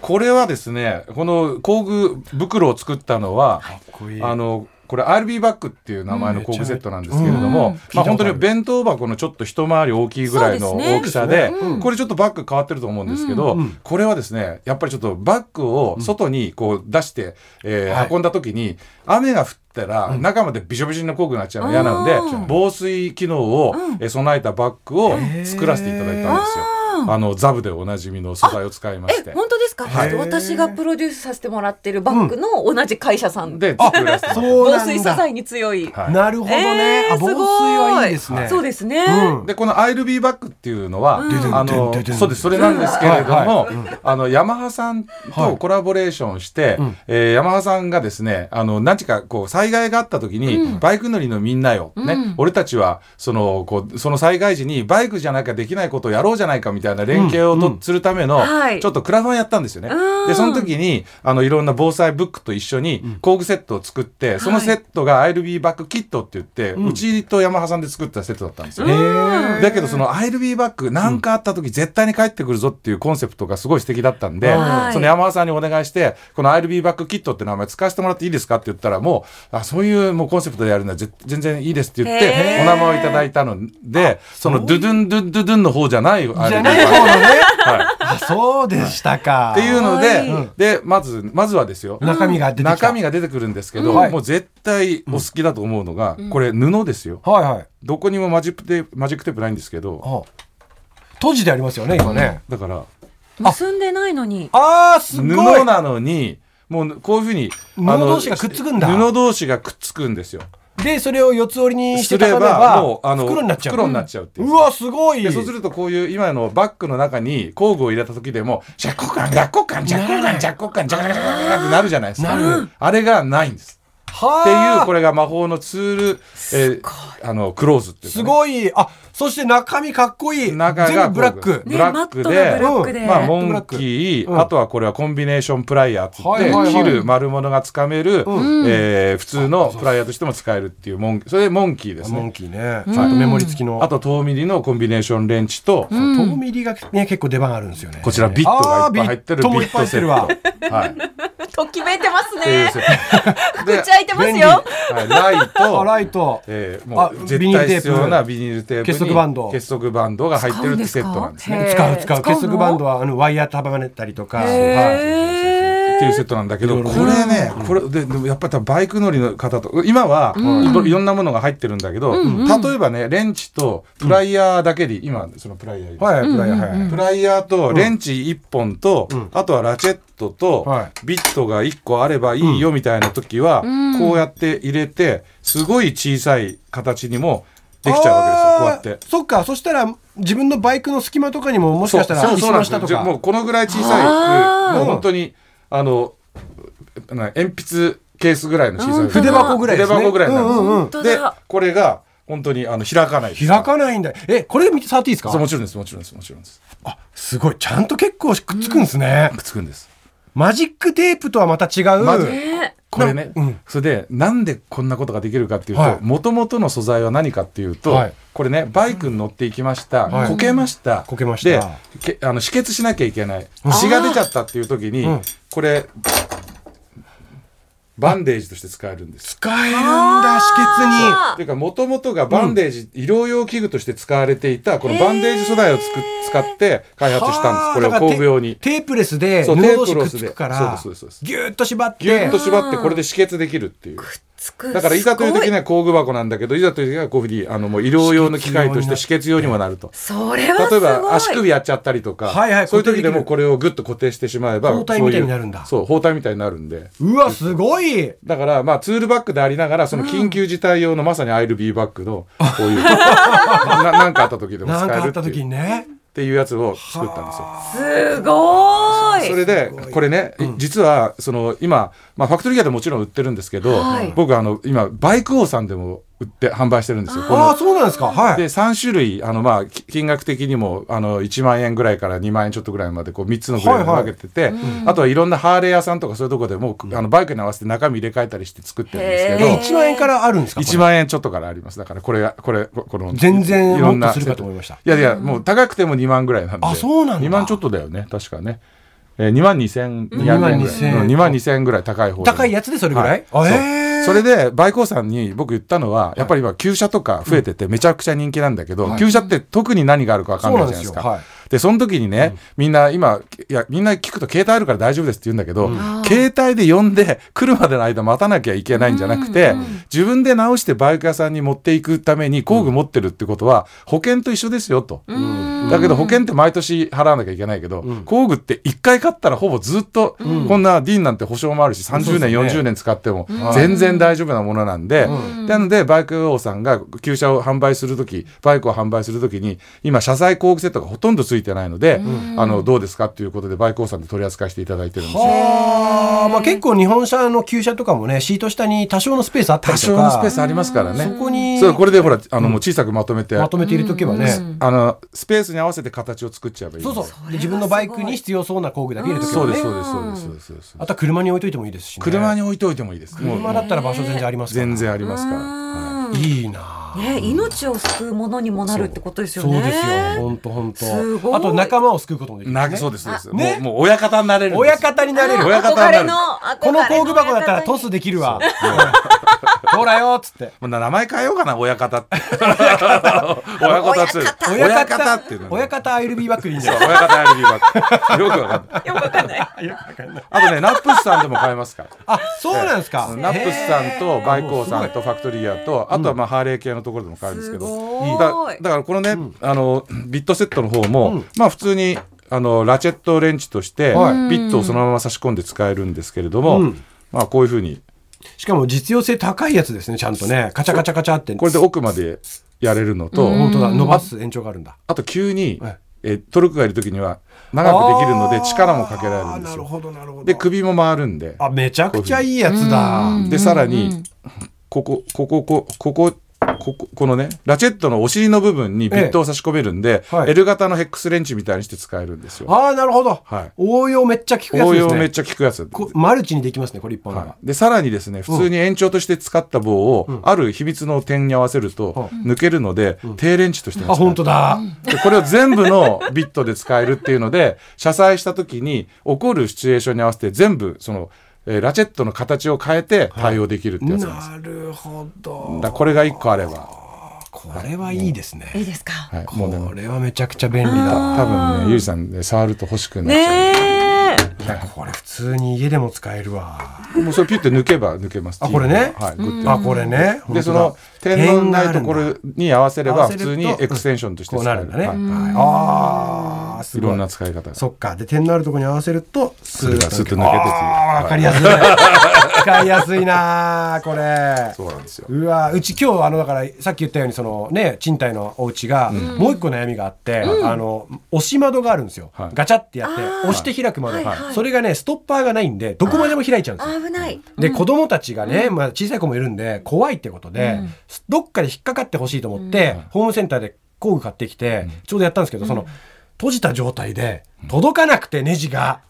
Speaker 2: これはですねこの工具袋を作ったのは、
Speaker 3: こいい
Speaker 2: あのこれ RB バッグっていう名前の工具セットなんですけれども、まあ、本当に弁当箱のちょっと一回り大きいぐらいの
Speaker 1: そうですね
Speaker 2: 大きさでこれちょっとバッグ変わってると思うんですけど、これはですねやっぱりちょっとバッグを外にこう出して、えー
Speaker 3: はい
Speaker 2: 運んだ時に雨が降ったら中までびしょびしょの工具になっちゃうの嫌なので、防水機能をえー備えたバッグを作らせていただいたんですよ。あのザブでおなじみの素材を使いまして
Speaker 1: え本当ですか、
Speaker 3: はい
Speaker 1: 私がプロデュースさせてもらってるバッグの同じ会社さん、
Speaker 2: で作らせてもらいまし
Speaker 3: そう
Speaker 1: 防
Speaker 3: なんだ
Speaker 1: 水素材に強い、
Speaker 2: たはい
Speaker 3: なるほどね。
Speaker 1: えー
Speaker 3: あ防水
Speaker 1: ご
Speaker 3: はいいですね。
Speaker 1: そうですね、
Speaker 3: うん。
Speaker 2: でこの ILB バッグっていうのは、
Speaker 3: ん
Speaker 2: あ
Speaker 3: でん
Speaker 2: の
Speaker 3: でん
Speaker 2: そうですそれなんですけれども、
Speaker 3: はい
Speaker 2: あのヤマハさんとコラボレーションして、えーヤマハさんがですねあの何ていうかこう災害があった時に、バイク乗りのみんなよ、ね俺たちはそのこうその災害時にバイクじゃなきゃできないことをやろうじゃないかみみたいな連携をと、
Speaker 3: うんうん
Speaker 2: するための、
Speaker 1: はい
Speaker 2: ちょっとクラファンやったんですよね。
Speaker 1: うん
Speaker 2: でその時にあのいろんな防災ブックと一緒に工具セットを作って、そのセットが I'll be back キットって言って、うちと山マハさんで作ったセットだったんですよ。だけどその I'll be back なんかあった時絶対に帰ってくるぞっていうコンセプトがすごい素敵だったんで、
Speaker 1: はい
Speaker 2: その山マハさんにお願いして、この I'll be back キットって名前使わせてもらっていいですかって言ったら、もう、あ、そういうもうコンセプトでやるのはぜ全然いいですって言っ
Speaker 1: へ
Speaker 2: て、
Speaker 1: ー
Speaker 2: お名前をいただいたので、そのドゥドゥンドゥドゥドゥンの方じゃない I'll be back
Speaker 3: じゃない方のね。
Speaker 2: はい
Speaker 3: あ、そうでしたか。
Speaker 2: っていうの
Speaker 1: は
Speaker 2: で、
Speaker 1: い
Speaker 2: うんで、まず、まずはですよ。
Speaker 3: 中身が出てきた。
Speaker 2: 中身が出てくるんですけど、
Speaker 3: うん
Speaker 2: もう絶対お好きだと思うのが、これ布ですよ。
Speaker 3: はいはい。
Speaker 2: どこにもマジックテープ、マジックテープないんですけど、
Speaker 3: あ閉じてありますよね、今ね。
Speaker 2: だから、
Speaker 1: 結んでないの
Speaker 3: *laughs*
Speaker 1: に。
Speaker 3: あー、す
Speaker 2: 布
Speaker 3: ごい。
Speaker 2: なのに、もうこういうふうに、
Speaker 3: 布
Speaker 2: あの
Speaker 3: 同士がくっつくんだ
Speaker 2: 布同士がくっつくんですよ。
Speaker 3: で、それを四つ折りにして
Speaker 2: す
Speaker 3: た
Speaker 2: れ
Speaker 3: め
Speaker 2: ば、
Speaker 3: ば、
Speaker 2: もう、あの、
Speaker 3: 袋になっちゃう。
Speaker 2: 袋になっちゃうっていう。
Speaker 3: うわ、すごい。
Speaker 2: でそうするとこういう今のバッグの中に工具を入れた時でもジャッコカンジャッコカンジャッコカンジャッコカンジャッコカンジャッコカンってなるじゃないですか
Speaker 3: なる
Speaker 2: あれがないんです
Speaker 3: は
Speaker 2: って
Speaker 3: ー
Speaker 2: いうこれが魔法のツール、えーあのクローズっていうか
Speaker 3: す
Speaker 2: ね、
Speaker 3: ごい。あ、そして中身かっこいい。
Speaker 2: 中が
Speaker 3: 全部ブラック。
Speaker 2: ブラックで
Speaker 1: ねマットのブラックで。
Speaker 2: まあ
Speaker 3: も
Speaker 2: モンキー、
Speaker 3: うん
Speaker 2: あとはこれはコンビネーションプライヤーっつって、
Speaker 3: はいはいはい
Speaker 2: 切る丸物がつかめる、えー普通のプライヤーとしても使えるっていうモンそれでモンキーです
Speaker 3: モ
Speaker 2: ね
Speaker 3: ンキーね。ちゃんとメモリ付きの。
Speaker 2: あ、と遠ミリのコンビネーションレンチと、
Speaker 3: 遠ミリがね、結構出番あるんですよね。
Speaker 2: こちらビットがいっぱい入ってるビ
Speaker 3: あービットもい
Speaker 2: ッ
Speaker 3: っぱ
Speaker 2: ト
Speaker 3: い入って
Speaker 2: セ
Speaker 3: る
Speaker 2: ッ
Speaker 3: わ
Speaker 2: ト。はい
Speaker 1: ときめいてます
Speaker 2: っていう
Speaker 1: ね。
Speaker 2: セット
Speaker 1: *laughs*
Speaker 2: で
Speaker 1: 口開いてますよ。
Speaker 2: はい、ライ
Speaker 3: あ、
Speaker 2: ト、
Speaker 3: ライト。
Speaker 2: えーも
Speaker 3: あ
Speaker 2: う
Speaker 3: ビ
Speaker 2: 絶
Speaker 3: ニール
Speaker 2: 対
Speaker 3: テー
Speaker 2: 必
Speaker 3: プ
Speaker 2: 要なビニールテープに
Speaker 3: 結束バンド
Speaker 2: 結束バンドが入ってるってセットなんですね。
Speaker 1: へー
Speaker 3: 使う使う。
Speaker 1: 使うの
Speaker 3: 結束バンドは、あの、ワイヤー束ねたりとか。
Speaker 1: へ
Speaker 2: っていう
Speaker 1: ー
Speaker 2: セットなんだけど、
Speaker 3: いろ
Speaker 2: こ
Speaker 3: いろ
Speaker 2: れね、これででもやっぱり多分バイク乗りの方と今は、いろいろんなものが入ってるんだけど、例えばねレンチとプライヤーだけで、今そのプライヤー、
Speaker 3: はい、はいはいはい。
Speaker 2: プライヤーとレンチ1本と、あとはラチェットと、
Speaker 3: はい
Speaker 2: ビットが1個あればいいよみたいな時は、こうやって入れてすごい小さい形にもできちゃうわけですよこうやっ
Speaker 3: あー
Speaker 2: て。
Speaker 3: そっか、そしたら自分のバイクの隙間とかにももしかしたら
Speaker 2: そう
Speaker 3: 椅
Speaker 2: そう
Speaker 3: 子
Speaker 2: なん
Speaker 3: の
Speaker 2: です
Speaker 3: 下
Speaker 2: よ
Speaker 3: と
Speaker 2: じゃ
Speaker 3: か。
Speaker 2: あもうこのぐらい小さ
Speaker 1: あ
Speaker 2: い
Speaker 1: ー
Speaker 2: もう本当にあのな鉛筆ケースぐらいの小さい
Speaker 3: 筆箱ぐらいですね。
Speaker 2: 筆箱ぐらいになるんですよ
Speaker 3: うんうんうん
Speaker 1: 本当
Speaker 2: で
Speaker 1: だ。
Speaker 2: これが本当にあの開かないです
Speaker 3: 開かないんだ。え、これ見て触っていいです
Speaker 2: そう
Speaker 3: か
Speaker 2: もちろんですもちろんですもちろんです
Speaker 3: あ、すごい。ちゃんと結構くっつくんですね。
Speaker 2: くっつくんです
Speaker 3: マジックテープとはまた違う。
Speaker 2: まず
Speaker 1: ね
Speaker 2: これね、
Speaker 3: うん
Speaker 2: それでなんでこんなことができるかっていう
Speaker 3: はい
Speaker 2: ともともとの素材は何かっていうと、
Speaker 3: はい
Speaker 2: これねバイクに乗っていきました、
Speaker 3: はい
Speaker 2: こけました
Speaker 3: こけました
Speaker 2: でけあの止血しなきゃいけない血が出ちゃったっていう時に、
Speaker 3: うん
Speaker 2: これバンデージとして使えるんです。
Speaker 3: 使えるんだ、止
Speaker 2: というかもともとがバンデージ、医療用器具として使われていたこのバンデージ素材をつく、使って開
Speaker 3: 血に。
Speaker 2: 発したんです
Speaker 3: はあ
Speaker 2: これを工具用
Speaker 3: だ
Speaker 2: に。
Speaker 3: からテテープレスで、
Speaker 2: そう
Speaker 3: 布同士
Speaker 2: テープ
Speaker 3: く
Speaker 2: レ
Speaker 3: っ
Speaker 2: ス
Speaker 3: つ
Speaker 2: で
Speaker 3: くから
Speaker 2: そうですそうです、
Speaker 3: ぎゅーっと縛っ
Speaker 2: ギュッ
Speaker 3: て
Speaker 2: と、縛ってこれで止血できるっていう。
Speaker 1: つく
Speaker 2: だからいざという時には工具箱なんだけどいざという時はこういうふうにあのもう医療用の機械として止血用にもなると。
Speaker 1: すごいそれはすご
Speaker 2: 例
Speaker 1: い
Speaker 2: えば足首やっちゃったりとか、
Speaker 3: はいはい
Speaker 2: そういう時で
Speaker 3: 固定でき
Speaker 2: も
Speaker 3: る
Speaker 2: これをグッと固定してしまえば
Speaker 3: 包帯
Speaker 2: そうう
Speaker 3: みたいになるんだ
Speaker 2: そう包帯みたいになるんで
Speaker 3: うわ、すごい
Speaker 2: だからまあツールバッグでありながらその緊急事態用のまさに ILB バッグ
Speaker 3: *laughs*
Speaker 2: のこういうななんかあった時でも
Speaker 3: な
Speaker 2: 使
Speaker 3: んか
Speaker 2: える
Speaker 3: あっ
Speaker 2: って
Speaker 3: た時
Speaker 2: い
Speaker 3: に
Speaker 2: う
Speaker 3: ね。
Speaker 2: っていうやつを作ったんですよ。
Speaker 1: すごい
Speaker 2: それです
Speaker 3: ごい
Speaker 2: これね、実はその今、まあ、ファクトリーギアでもちろん売ってるんですけど、
Speaker 1: はい
Speaker 2: 僕あの今バイク王さんでも売って販売してるんですよ。この
Speaker 3: ああ、そうなんですか。はい。
Speaker 2: で3種類あの、まあ、き金額的にもあの1万円ぐらいから2万円ちょっとぐらいまでこう3つのグレードに
Speaker 3: はいはい
Speaker 2: 分けてて、あとはいろんなハーレー屋さんとかそういうとこでもう、あのバイクに合わせて中身入れ替えたりして作ってるんですけ
Speaker 1: へ
Speaker 2: ど
Speaker 1: ー
Speaker 3: 1万円からあるんですかこれ
Speaker 2: 1万円ちょっとからありますだからこれがこれここの
Speaker 3: 全然
Speaker 2: いろんな
Speaker 3: もっとするかと思いました
Speaker 2: いやいやもう高くても2万ぐらいなんで
Speaker 3: あそうなんだ
Speaker 2: 2万ちょっとだよね確かね、えー、2万22,000円ぐらい
Speaker 3: 2万2000円
Speaker 2: うん2万2000円ぐらい高い方で
Speaker 3: 高いやつでそれぐらい、
Speaker 2: は
Speaker 3: あ
Speaker 2: そう
Speaker 3: えー
Speaker 2: それで、バイコーさんに僕言ったのは、やっぱり今、旧車とか増えてて、めちゃくちゃ人気なんだけど、旧車って特に何があるか分かんないじゃないです
Speaker 3: そうなん
Speaker 2: か
Speaker 3: です。
Speaker 2: で、その時にね、みんな今、いや、みんな聞くと、携帯あるから大丈夫ですって言うんだけど、携帯で呼んで、来るまでの間待たなきゃいけないんじゃなくて、自分で直してバイク屋さんに持っていくために工具持ってるってことは、保険と一緒ですよと。だけど保険って毎年払わなきゃいけないけど、工具って一回買ったらほぼずっと、こんなディーンなんて保証もあるし、
Speaker 3: そう
Speaker 2: 30
Speaker 3: で
Speaker 2: 年、
Speaker 3: すね
Speaker 2: 40年使っても全然大丈夫なものなんで、なのでバイク王さんが旧車を販売するとき、バイクを販売するときに、今、車載工具セットがほとんどついていてないので、あのどうですかっていうことでバイクオーさんで取り扱いしていただいてるんですよ
Speaker 3: はあ、まあ、結構日本車の旧車とかもねシート下に多少のスペースあった
Speaker 2: 多
Speaker 3: りと
Speaker 2: 少のス
Speaker 3: か
Speaker 2: ペースありますからね。
Speaker 3: そこに
Speaker 2: そうこれでほらあのもう小さくまとめて、
Speaker 3: まとめて入れとけばね、
Speaker 2: あのスペースに合わせて形を作っちゃえばいい
Speaker 3: そうそう
Speaker 2: そ
Speaker 3: で自分のバイクに必要そうな工具だけ入れとけば
Speaker 2: う
Speaker 3: ね
Speaker 2: ですそうですそうですそうですそうです
Speaker 3: あとは車に置いといてもいいですし、ね、
Speaker 2: 車に置いといてもいいですもう
Speaker 3: 車だったら場所全然ありますから
Speaker 2: 全然ありますから、はい
Speaker 3: いいなあ
Speaker 1: ね、命を救うものにもなるってことですよ
Speaker 3: そう
Speaker 1: ね。
Speaker 3: ですよ本当本
Speaker 1: すごい
Speaker 3: 当あと仲間を救うこともできる
Speaker 2: なそうですそうです、
Speaker 3: ね
Speaker 2: もうもう親方になれるんです
Speaker 3: 親方になれる
Speaker 2: 親方
Speaker 1: 憧
Speaker 2: にな
Speaker 1: れ
Speaker 2: る
Speaker 1: の憧れの
Speaker 3: この工具箱だったらトスできるわ *laughs* ほらよっつって
Speaker 2: もう名前変えようかな親方
Speaker 3: *laughs*
Speaker 2: って親方って親方っていうのね
Speaker 3: 親方 ILB バックでいいんだ
Speaker 2: そう
Speaker 3: よ
Speaker 2: 親方やる理由があるよくわかんない
Speaker 1: よくわかんない。
Speaker 2: あとねナップスさんでも変えますから
Speaker 3: あそうなんですか
Speaker 2: ナップスさんとバイコーさんとファクトリーヤーとあとはまあハーレー系のところでも買えるんですけど、
Speaker 1: すごい
Speaker 2: だだからこのね、あのビットセットの方も、まあ普通にあのラチェットレンチとして、
Speaker 3: はい
Speaker 2: ビットをそのまま差し込んで使えるんですけれども、
Speaker 3: うん
Speaker 2: まあこういうふうに
Speaker 3: しかも実用性高いやつですねちゃんとねカチャカチャカチャって
Speaker 2: これで奥までやれるのと、
Speaker 3: 本当だ伸ばす延長があるんだ
Speaker 2: あと急に
Speaker 3: はい、
Speaker 2: えトルクがいる時には長くできるので力もかけられるんです
Speaker 3: あーなる
Speaker 2: よ。
Speaker 3: ほどなるほど
Speaker 2: で首も回るんで
Speaker 3: あめちゃくちゃいいやつだ
Speaker 2: でさらにここここここここここのねラチェットのお尻の部分にビットを差し込めるんで、
Speaker 3: えはい
Speaker 2: L 型のヘックスレンチみたいにして使えるんですよ。
Speaker 3: ああなるほど
Speaker 2: はい
Speaker 3: 応用めっちゃ効くやつ
Speaker 2: 応
Speaker 3: です
Speaker 2: 用めっ
Speaker 3: ね
Speaker 2: ちゃ効くやつ。
Speaker 3: こマルチにできますねこれ一本
Speaker 2: は、
Speaker 3: はい
Speaker 2: でさらにですね普通に延長として使った棒を、ある秘密の点に合わせると、抜けるので、低レンチとしても
Speaker 3: あ
Speaker 2: 使える
Speaker 3: 本当だ
Speaker 2: でこれを全部のビットで使えるっていうので車載した時に起こるシチュエーションに合わせて全部その、えーラチェットの形を変えて対応できるってやつなんです、
Speaker 3: なるほ
Speaker 2: だ
Speaker 3: ど
Speaker 2: からこれが1個あれば、
Speaker 3: これはいいですね
Speaker 1: いいですか。
Speaker 2: はい、もうね
Speaker 3: これはめちゃくちゃ便利だ
Speaker 2: 多分ねゆうじさんね触ると欲しくなっちゃ
Speaker 1: ねえ。
Speaker 3: いやこれ普通に家でも使えるわ
Speaker 2: うもうそれピュッて抜けば抜けます
Speaker 3: あこれね
Speaker 2: はいグッて
Speaker 3: あこれね本当
Speaker 2: で
Speaker 3: だ
Speaker 2: その点のないとこ
Speaker 3: 点があ
Speaker 2: ろ
Speaker 3: るんだ
Speaker 2: に合わせれ
Speaker 3: 合
Speaker 2: ば
Speaker 3: わせ
Speaker 2: 普
Speaker 3: ると
Speaker 2: 通にエクステンションとして
Speaker 3: こう
Speaker 2: 使
Speaker 3: な
Speaker 2: える
Speaker 3: るんだね
Speaker 2: はい
Speaker 3: ああす
Speaker 2: い
Speaker 3: ご
Speaker 2: ろ
Speaker 3: い
Speaker 2: んな使い方が
Speaker 3: そっかで点のあるところに合わせるとス
Speaker 2: れがスッと抜けてっていう
Speaker 3: あーわかりやすい使いやすいなーこれ
Speaker 2: そうなんですよ
Speaker 3: うわうち今日あのだからさっき言ったようにそのね賃貸のお家がもう一個悩みがあって、あの押し窓があるんですよ、
Speaker 2: はい
Speaker 3: ガチャってやって押して開く窓、
Speaker 1: はいはい
Speaker 3: それがねストッパーがないんでどこまでも開いちゃうんですよ
Speaker 1: 危ない。
Speaker 3: で子供たちがね、まあ、小さい子もいるんで怖いってことで、どっかで引っかかってほしいと思って、ホームセンターで工具買ってきて、ちょうどやったんですけど、その閉じた状態で届かなくてネジが。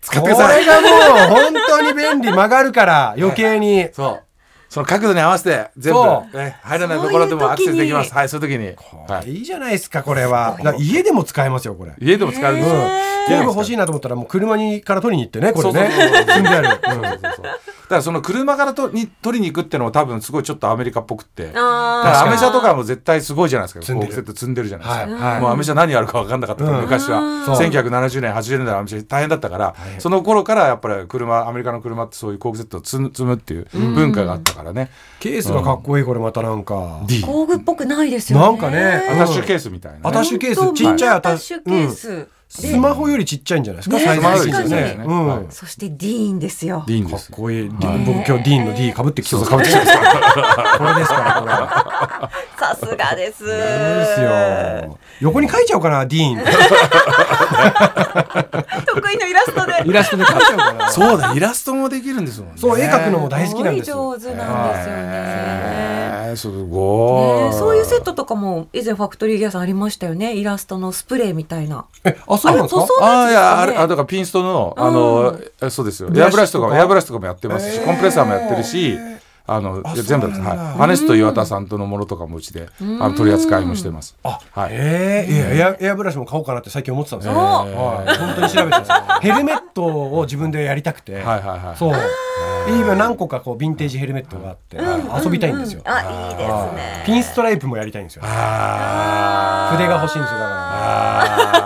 Speaker 2: 使ってください
Speaker 3: これがもう本当に便利曲がるから余計に。
Speaker 2: そう。その角度に合わせて全
Speaker 3: そ
Speaker 2: 部、ね、入らないところでもアクセスできます。はい、そういう時に。はい。
Speaker 3: いいじゃないですかこれは。だから家でも使えますよこれ。
Speaker 2: 家でも使えるんですよ。
Speaker 3: 工具欲しいなと思ったらもう車にから取りに行ってねこれね。積んである。
Speaker 2: そうそうそうそうだからその車からとに取りに行くってのも多分すごいちょっとアメリカっぽくって。だか
Speaker 1: あ
Speaker 2: らアメ車とかも絶対すごいじゃないですか。
Speaker 3: 積ん
Speaker 2: フォ
Speaker 3: で
Speaker 2: ー
Speaker 3: る
Speaker 2: クセット積んでるじゃないですか。
Speaker 3: はいはい
Speaker 2: もうアメ車何あるか分かんなかったから、
Speaker 3: うん
Speaker 2: 昔は。
Speaker 3: そう
Speaker 2: 1970年、80年代のアメ車大変だったから、その頃からやっぱり車、アメリカの車ってそういうコークセットを積む積むっていう文化があったからね。
Speaker 3: ケースがかっこいいこれまたなんか。
Speaker 2: D
Speaker 1: あ。。工具っぽくないですよね。
Speaker 3: なんかね。
Speaker 2: アタッシュケースみたいなね。
Speaker 3: アタッシュケー
Speaker 1: 本
Speaker 3: ス、
Speaker 1: 当
Speaker 3: ちっちゃい
Speaker 1: ア
Speaker 3: ア
Speaker 1: タ
Speaker 3: タ
Speaker 1: ッ
Speaker 3: ッ
Speaker 1: シ
Speaker 3: シ
Speaker 1: ュ
Speaker 3: ュ
Speaker 1: ケース
Speaker 3: うんスマホよりちっちゃいんじゃないですか、
Speaker 1: ね
Speaker 3: サイズ
Speaker 1: ス
Speaker 3: 的
Speaker 1: マホよりちっ
Speaker 3: に
Speaker 1: ちゃい
Speaker 3: ね
Speaker 1: ですね。
Speaker 3: うん
Speaker 2: はい
Speaker 1: そしてディーンですよ。
Speaker 2: D で
Speaker 3: かっ
Speaker 2: す。
Speaker 3: こいい。僕今日 D の D かぶってきて
Speaker 2: そう
Speaker 3: る
Speaker 2: そう、かぶってきてます
Speaker 3: これですから、こ
Speaker 1: さすがです。そう
Speaker 3: れ。ですよ。横に書いちゃおうかな、ディーンって。
Speaker 1: 得意のイラストで。
Speaker 3: イラストで書いちゃおうかな。
Speaker 2: そうだ、イラストもできるんですもんね。
Speaker 3: そう、絵描くのも大好きなんです
Speaker 1: す
Speaker 3: よ。
Speaker 1: ごい上手なんですよね。
Speaker 2: えーすご
Speaker 1: ね
Speaker 2: い、
Speaker 1: そういうセットとかも以前ファクトリーギアさんありましたよねイラストのスプレーみたいな
Speaker 3: え、あ、そうなんです
Speaker 1: あ
Speaker 3: か
Speaker 1: そう
Speaker 2: ああいやあ
Speaker 1: そうなんですよね
Speaker 2: れあだからピンストのあの、えそうですよ
Speaker 3: ブ
Speaker 2: エア
Speaker 3: ラ
Speaker 2: ブ
Speaker 3: シ
Speaker 2: ラシとかも
Speaker 3: とか
Speaker 2: エアブラシとかもやってますし、
Speaker 3: へー
Speaker 2: コンプレッサーもやってるしあの
Speaker 3: あ
Speaker 2: 全部
Speaker 3: そうなんだ
Speaker 2: はい、アネスと岩田さんとのものとかもうちであの取り扱いもしてます。
Speaker 3: あ、
Speaker 2: はい
Speaker 3: ええいやエア、エアブラシも買おうかなって最近思ってたんですよ。
Speaker 1: そう
Speaker 3: はい。本当に調べてます。ヘルメットを自分でやりたくて。
Speaker 2: はいはいはい
Speaker 3: そう。今何個かこう、ヴィンテージヘルメットがあって、遊びたいんですよ。
Speaker 1: あいいですね
Speaker 3: ピンストライプもやりたいんですよ。筆が欲しいんですよ、だから。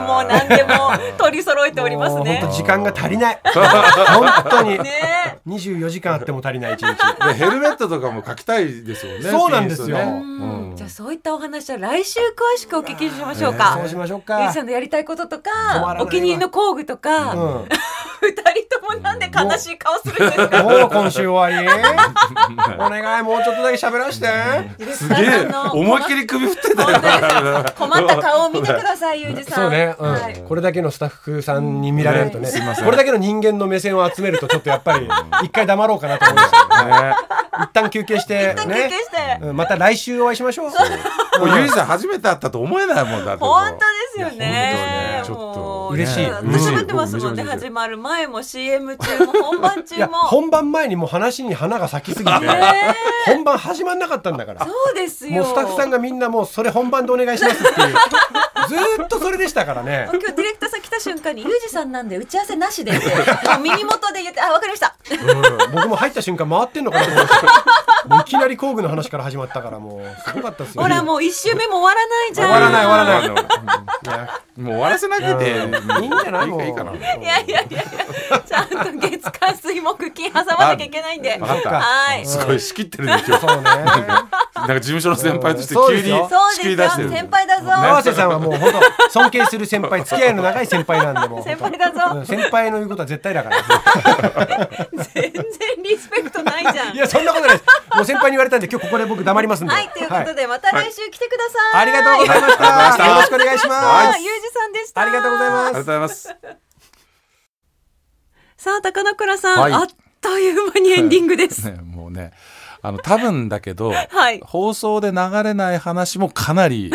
Speaker 1: もう何でも取り揃えておりますね
Speaker 3: もう本当時間が足
Speaker 1: *laughs*
Speaker 3: りない。本当に。
Speaker 1: ね
Speaker 3: 24時間あっても足りない一
Speaker 1: *laughs*
Speaker 3: 日。
Speaker 2: でヘルメットとかも書きたいですよね。
Speaker 3: そうなんです
Speaker 2: ピン
Speaker 3: よ
Speaker 2: ストね
Speaker 1: うんじゃあそういったお話は来週詳しくお聞きしましょうか。
Speaker 3: そうしましょう
Speaker 1: ゆう
Speaker 3: か
Speaker 1: さ。んのやりたいことと
Speaker 3: 止まらな
Speaker 1: か
Speaker 3: い、わ
Speaker 1: お気に入りの工具とか、
Speaker 3: うん
Speaker 1: 二人ともなんで悲しい顔するんですか
Speaker 3: もう今週終わりお願いもうちょっとだけ喋らして
Speaker 2: すげえ思いっきり首振ってたよ
Speaker 1: 困った顔を見てくださ
Speaker 3: *laughs*
Speaker 1: いユージさん
Speaker 3: そうね、うん
Speaker 1: はい
Speaker 3: これだけのスタッフさんに見られるとね、
Speaker 2: うんすいません
Speaker 3: これだけの人間の目線を集めるとちょっとやっぱり一回黙ろうかなと思いましたね一旦休憩して
Speaker 1: 一旦休
Speaker 3: ね
Speaker 1: 憩して
Speaker 3: うんまた来週お会いしましょう
Speaker 2: もうユージさん初めて会ったと思えないもんだってもう
Speaker 1: 本当ですよね。
Speaker 2: 本当ねちょっと
Speaker 1: もう
Speaker 3: 嬉しい
Speaker 1: ね
Speaker 3: 嬉し
Speaker 1: 始
Speaker 3: い
Speaker 1: まってますもんね。
Speaker 2: うん
Speaker 1: 始まる前も CM 中も本番
Speaker 3: い
Speaker 1: 中
Speaker 3: や
Speaker 1: も。
Speaker 3: 本番前にもう話に花が咲きすぎて
Speaker 1: ねえ
Speaker 3: 本番始まんなかったんだか
Speaker 1: そ
Speaker 3: ら
Speaker 1: うですよ。
Speaker 3: もうスタッフさんがみんなもうそれ本番でお願いしますっていうずーっとそれでしたからね
Speaker 1: 今日ディレクターさん来た瞬間に、ユージさんなんで打ち合わせなしでって、もう耳元で言って、あ、わかりました。
Speaker 3: うん僕も入った瞬間回ってんのかなと思いましたもういきなり工具の話から始まったからもうすごかったですよ
Speaker 1: ほら、もう一周目も終わらないじゃん。
Speaker 3: 終わらない終わらないい
Speaker 2: もう終わらせなくて
Speaker 3: やいいんじゃないもう
Speaker 2: いいかな
Speaker 1: うんいやいやいやいや、ちゃんと月火水木金挟まなきゃいけないんで。
Speaker 2: わかった
Speaker 1: はい。
Speaker 2: すごい仕切ってるね今日
Speaker 3: そうね
Speaker 2: なんか事務所の先輩として
Speaker 3: そうで
Speaker 2: 急
Speaker 3: すよ
Speaker 2: に
Speaker 1: そうで
Speaker 2: 仕切
Speaker 1: す
Speaker 2: り
Speaker 1: よ
Speaker 2: 出してる
Speaker 1: 先輩だぞ。
Speaker 3: 永瀬さんはもう本当尊敬する先輩付き合いの長い先輩なんでもう
Speaker 1: 先輩だぞ
Speaker 3: うん先輩の言うことは絶対だから
Speaker 1: 全然リスペクトないじゃん
Speaker 3: い。やそんなことないですもう先輩に言われたんで今日ここで僕黙りますんで
Speaker 1: はい、ということ
Speaker 3: はい
Speaker 1: で、また来週来てください。
Speaker 3: ありがとうございまし
Speaker 2: ありがとうございました
Speaker 3: たよろしくお願いしま
Speaker 1: あ
Speaker 3: す
Speaker 1: ゆうじさんでした。
Speaker 3: ありがとうござい
Speaker 2: あり
Speaker 3: ま
Speaker 2: がとうご
Speaker 3: す
Speaker 2: ざいます
Speaker 1: さあ、高野倉さん、
Speaker 2: はい
Speaker 1: あっという間にエンディングです。
Speaker 2: ね、もうねあの多分だけど、
Speaker 1: はい
Speaker 2: 放送で流れない話もかなり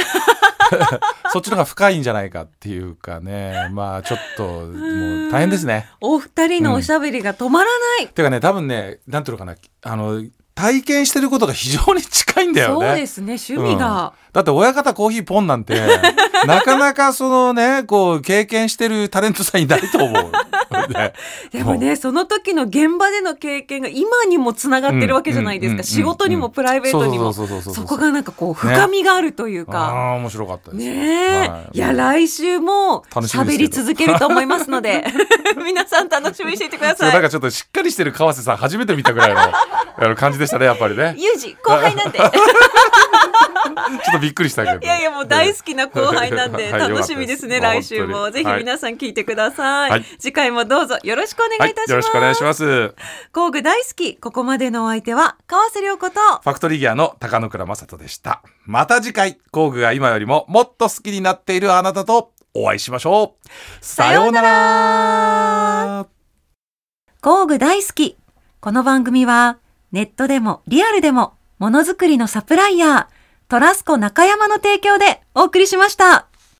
Speaker 2: *laughs* そっちの方が深いんじゃないかっていうかねまあちょっともう大変ですね。
Speaker 1: お二人のおしゃべりが止まらない。
Speaker 2: てかね多分ねなんていうのかなあの体験してることが非常に近いんだよね。
Speaker 1: そうですね、趣味が。
Speaker 2: うんだって親方コーヒーポ
Speaker 1: *laughs*
Speaker 2: ンなんてなかなかそのねこう経験してるタレントさんいない
Speaker 1: *laughs*
Speaker 2: と思う。ね
Speaker 1: でもね、その時の現場での経験が今にもつながってるわけじゃないです
Speaker 2: うんうんうん
Speaker 1: か。
Speaker 2: うん
Speaker 1: 仕事にもプライベートにも。
Speaker 2: そうそうそうそうそうそう
Speaker 1: そこがなんかこう、深みがあるというか。
Speaker 2: ああ面白かったです。
Speaker 1: ねえ、、
Speaker 2: はい
Speaker 1: や来週も
Speaker 2: 楽しみ
Speaker 1: 喋
Speaker 2: ですけど
Speaker 1: り続けると思いますの
Speaker 2: *laughs*
Speaker 1: で皆さん楽しみにしていてくだ
Speaker 2: そう
Speaker 1: さ
Speaker 2: なん
Speaker 1: い
Speaker 2: かちょっとしっかりしてる川瀬さん初めて見たぐらいのあの感じでしたねやっぱりねち
Speaker 1: ユージ後輩なんで
Speaker 2: ょっとびっくりしたけど
Speaker 1: いやいやもう大好きな後輩なんで
Speaker 2: はい
Speaker 1: 楽しみですね
Speaker 2: よかった
Speaker 1: 来
Speaker 2: です
Speaker 1: 週も
Speaker 2: 本当
Speaker 1: ぜ
Speaker 2: に
Speaker 1: ひ皆さん聞いてください、
Speaker 2: はい
Speaker 1: 次回もどうぞよろしくお
Speaker 2: は
Speaker 1: 願い
Speaker 2: い
Speaker 1: いたします、
Speaker 2: よろしくお願いしますフ
Speaker 1: 工具大好きここまでのお相手は川瀬良子と
Speaker 2: ァクトリーギアの高野倉正人でしたまた次回工具が今よりももっと好きになっているあなたとお会いしましょうさようなら
Speaker 4: 工具大好き。この番組は、ネットでもリアルでも、ものづくりのサプライヤー、トラスコ中山の提供でお送りしました。